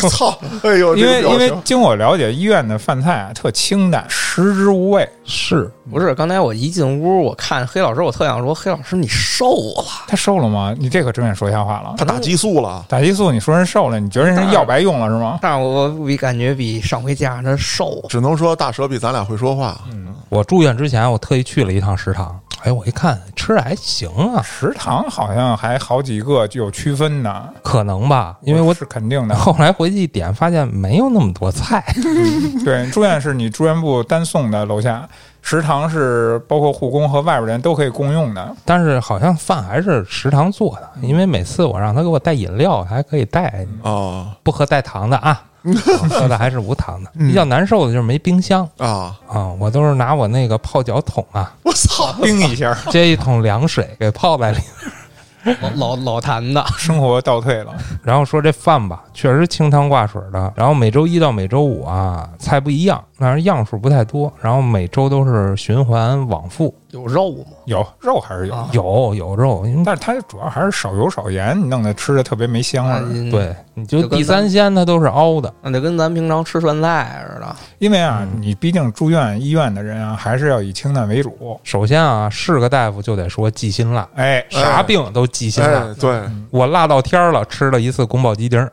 操，哎呦，因为这个因表为情经我了解，医院的饭菜啊特清淡，食之无味。是不是，刚才我一进屋，我看黑老师，我特想说，黑老师你瘦了，他瘦了吗？你这可睁眼说瞎话了他。打激素了，打激素，你说人瘦了，你觉得人是药白用了是吗？但是我比感觉比上回见着他瘦，只能说大蛇比咱俩会说话。我住院之前，我特意去了一趟食堂。哎，我一看吃的还行啊，食堂好像还好几个就有区分的，可能吧，因为我是肯定的。 [LAUGHS] 后来回去一点，发现没有那么多菜。 [LAUGHS] 对，住院是你住院部单送的，楼下食堂是包括护工和外边人都可以共用的。但是好像饭还是食堂做的，因为每次我让他给我带饮料，还可以带，啊不喝带糖的 [LAUGHS] 啊，喝的还是无糖的。比较难受的就是没冰箱 [LAUGHS] 啊！啊，我都是拿我那个泡脚桶啊，我操， [LAUGHS] 冰一下，接一桶凉水给泡在里。老老老坛的，生活倒退了。然后说这饭吧，确实清汤挂水的。然后每周一到每周五啊，菜不一样，但是样数不太多。然后每周都是循环往复，有肉吗？有肉还是有，啊有有肉，因为但是它主要还是少油少盐，你弄得吃的特别没香味儿。嗯，对，你就就跟地三鲜它都是熬的。那就跟咱平常吃涮菜似的。因为啊，你毕竟住院医院的人啊，还是要以清淡为主。首先啊，是个大夫就得说忌辛辣，哎，啥病都忌辛辣。哎，对，我辣到天儿了，吃了一次宫保鸡丁儿。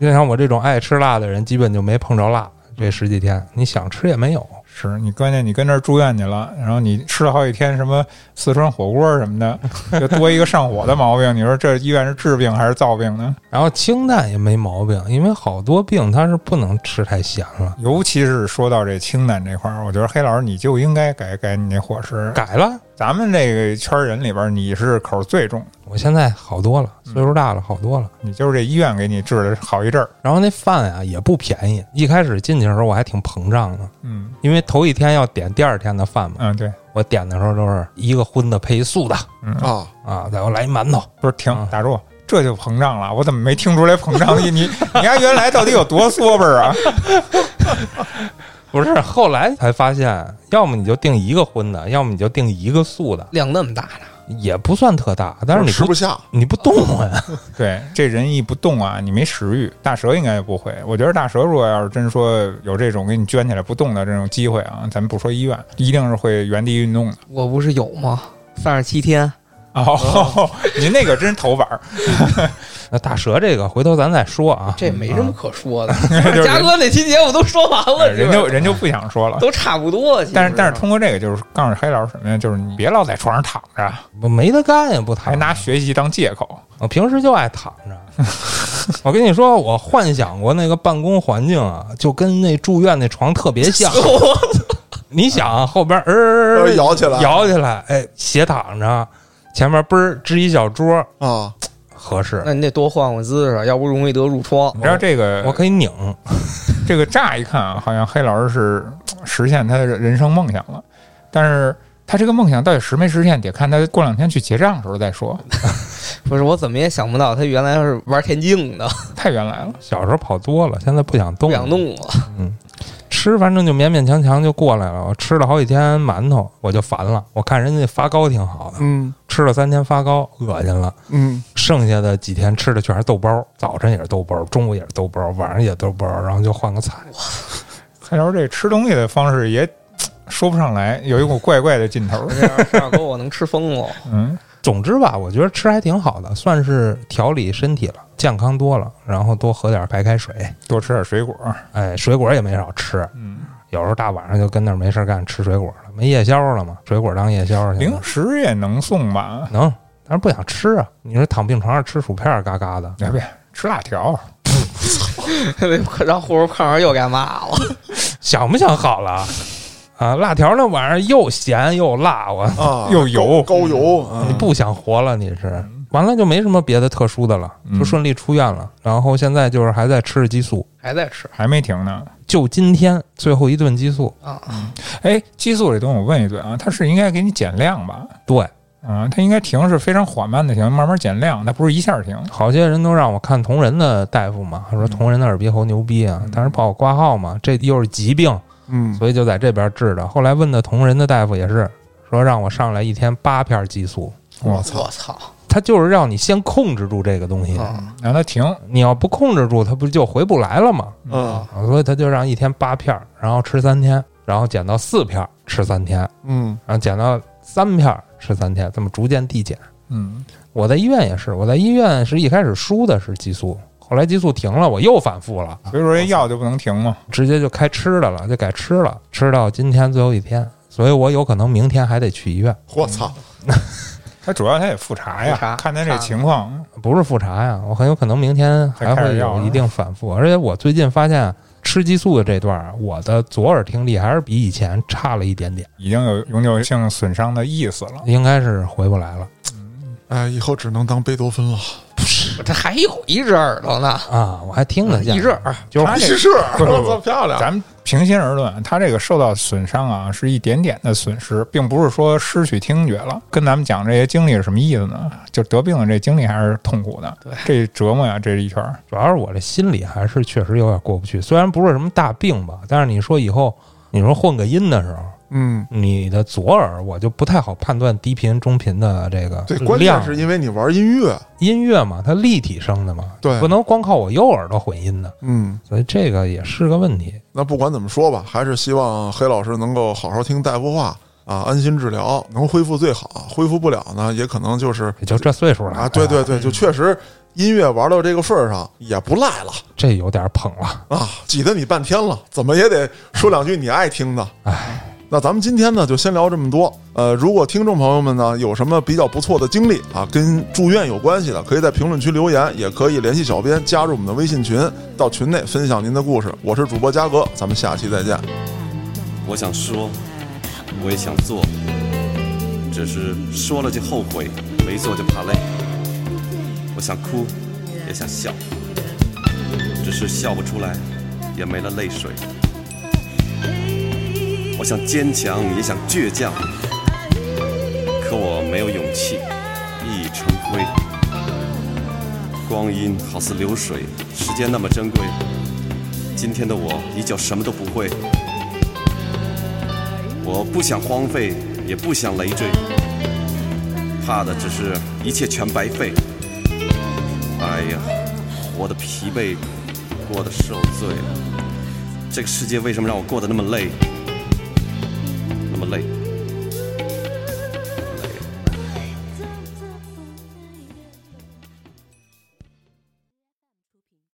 就像我这种爱吃辣的人，基本就没碰着辣。这十几天，你想吃也没有。是你关键你跟这儿住院去了，然后你吃了好几天什么四川火锅什么的，就多一个上火的毛病。你说这医院是治病还是造病呢？然后清淡也没毛病，因为好多病它是不能吃太咸了。尤其是说到这清淡这块儿，我觉得黑老师你就应该改改你那伙食。改了，咱们这个圈儿人里边儿，你是口儿最重，我现在好多了，岁数大了好多了。你就是这医院给你治的好一阵儿。然后那饭啊也不便宜，一开始进去的时候我还挺膨胀的，嗯因为头一天要点第二天的饭嘛。嗯，对，我点的时候都是一个荤的配一素的啊，啊，再给我来一馒头。不是停啊，打住。这就膨胀了，我怎么没听出来膨胀你 [LAUGHS] 你你家原来到底有多缩本儿啊？不是，后来才发现，要么你就定一个荤的，要么你就定一个素的，量那么大呢？也不算特大，但是你吃不不下。你不动啊呀，对，这人一不动啊，你没食欲。大蛇应该也不会。我觉得大蛇如果要是真说有这种给你圈起来不动的这种机会啊，咱们不说医院，一定是会原地运动的。我不是有吗？三十七天， [LAUGHS] 哦，您那个真是头板儿，那大蛇这个回头咱再说啊。这没什么可说的。就是嘉哥那期节目都说完了，哎人基就本人就不想说了。都差不多。其实但是但是 [LAUGHS] 通过这个，就是告诉黑老师什么呀？就是你别老在床上躺着，没得干也不还谈，拿学习当借口。我平时就爱躺着。我跟你说，我幻想过那个办公环境啊，就跟那住院那床特别 [LAUGHS] 像。哦你想啊后边儿、呃摇起来摇起来，哎，斜躺着，前面嘣儿支一小桌，啊，合适。那你得多换换姿势，啊要不容易得褥疮你。知道这个，我可以拧，这个乍一看啊，好像黑老师是呃实现他的人生梦想了，但是他这个梦想到底实没实现，得看他过两天去结账的时候再 [LAUGHS] 说。不是我怎么也想不到，他原来是玩田径的，太原来了，小时候跑多了，现在不想动不了，想弄了。吃反正就勉勉强强就过来了。我吃了好几天馒头，我就烦了。我看人家发糕挺好的，嗯吃了三天发糕，恶心了。嗯，剩下的几天吃的全是豆包，早晨也是豆包，中午也是豆包，晚上也豆包，然后就换个菜。黑老师这吃东西的方式也说不上来，有一股怪怪的劲头。这样大哥，我能吃疯 [LAUGHS] 了。嗯，总之吧，我觉得吃还挺好的，算是调理身体了，健康多了。然后多喝点白开水，多吃点水果。哎，水果也没少吃。嗯，有时候大晚上就跟那儿没事干吃水果了，没夜宵了嘛，水果当夜宵去了。零食也能送吧？能，但是不想吃啊。你说躺病床上吃薯片儿，嘎嘎的，哎别别吃辣条，让护士看着又该骂了。想不想好了？啊，辣条那玩意儿又咸又辣，我啊，又油高高油，嗯你不想活了，你是。完了就没什么别的特殊的了，嗯就顺利出院了。然后现在就是还在吃着激素，还在吃还没停呢。就今天最后一顿激素。啊？哎，激素这东西我问一嘴啊，它是应该给你减量吧？对，啊，它应该停是非常缓慢的停，慢慢减量，它不是一下停。好些人都让我看同仁的大夫嘛，他说同仁的耳鼻喉牛逼啊，但是不好挂号嘛，这又是疾病，嗯，所以就在这边治的。后来问的同仁的大夫也是说让我上来一天八片激素，我操我操！他就是让你先控制住这个东西，啊让它停，你要不控制住，他不就回不来了吗？嗯啊，所以他就让一天八片儿，然后吃三天，然后减到四片儿吃三天，嗯然后减到三片儿吃三天，这么逐渐递减。嗯，我在医院也是，我在医院是一开始输的是激素，后来激素停了，我又反复了，所以说这药就不能停嘛。直接就开吃的了，就改吃了，吃到今天最后一天，所以我有可能明天还得去医院，我操，它主要它也复查呀，复查看他这情况。不是复查呀，我很有可能明天还会有啊一定反复，而且我最近发现。吃激素的这段儿，我的左耳听力还是比以前差了一点点，已经有永久性损伤的意思了，应该是回不来了。哎，以后只能当贝多芬了，这还有一只耳朵呢，啊，我还嗯听得见一只耳就是他这是，哎不不 [LAUGHS] 我不操，漂亮，咱们平心而论，啊他这个受到损伤啊，是一点点的损失，并不是说失去听觉了。跟咱们讲这些经历是什么意思呢？就得病的这经历还是痛苦的，对这折磨呀、这一圈儿。主要是我这心里还是确实有点过不去。虽然不是什么大病吧，但是你说以后你说混个音的时候，嗯。你的左耳我就不太好判断低频、中频的这个对，关键量。是因为你玩音乐，音乐嘛，它立体声的嘛，对不能光靠我右耳朵混音的，嗯，所以这个也是个问题。那不管怎么说吧，还是希望黑老师能够好好听大夫话啊，安心治疗，能恢复最好。恢复不了呢，也可能就是也就这岁数了啊，对对，对，就确实音乐玩到这个份儿上也不赖了这有点捧了。啊，挤得你半天了，怎么也得说两句你爱听的。哎，那咱们今天呢，就先聊这么多。呃，如果听众朋友们呢有什么比较不错的经历啊，跟住院有关系的，可以在评论区留言，也可以联系小编加入我们的微信群，到群内分享您的故事。我是主播嘉哥，咱们下期再见。我想说，我也想做，只是说了就后悔，没做就怕累。我想哭，也想笑，只是笑不出来，也没了泪水。我想坚强，也想倔强，可我没有勇气，一已成灰。光阴好似流水，时间那么珍贵。今天的我依旧什么都不会，我不想荒废，也不想累赘，怕的只是一切全白费。哎呀，活得疲惫，过得受罪。这个世界为什么让我过得那么累？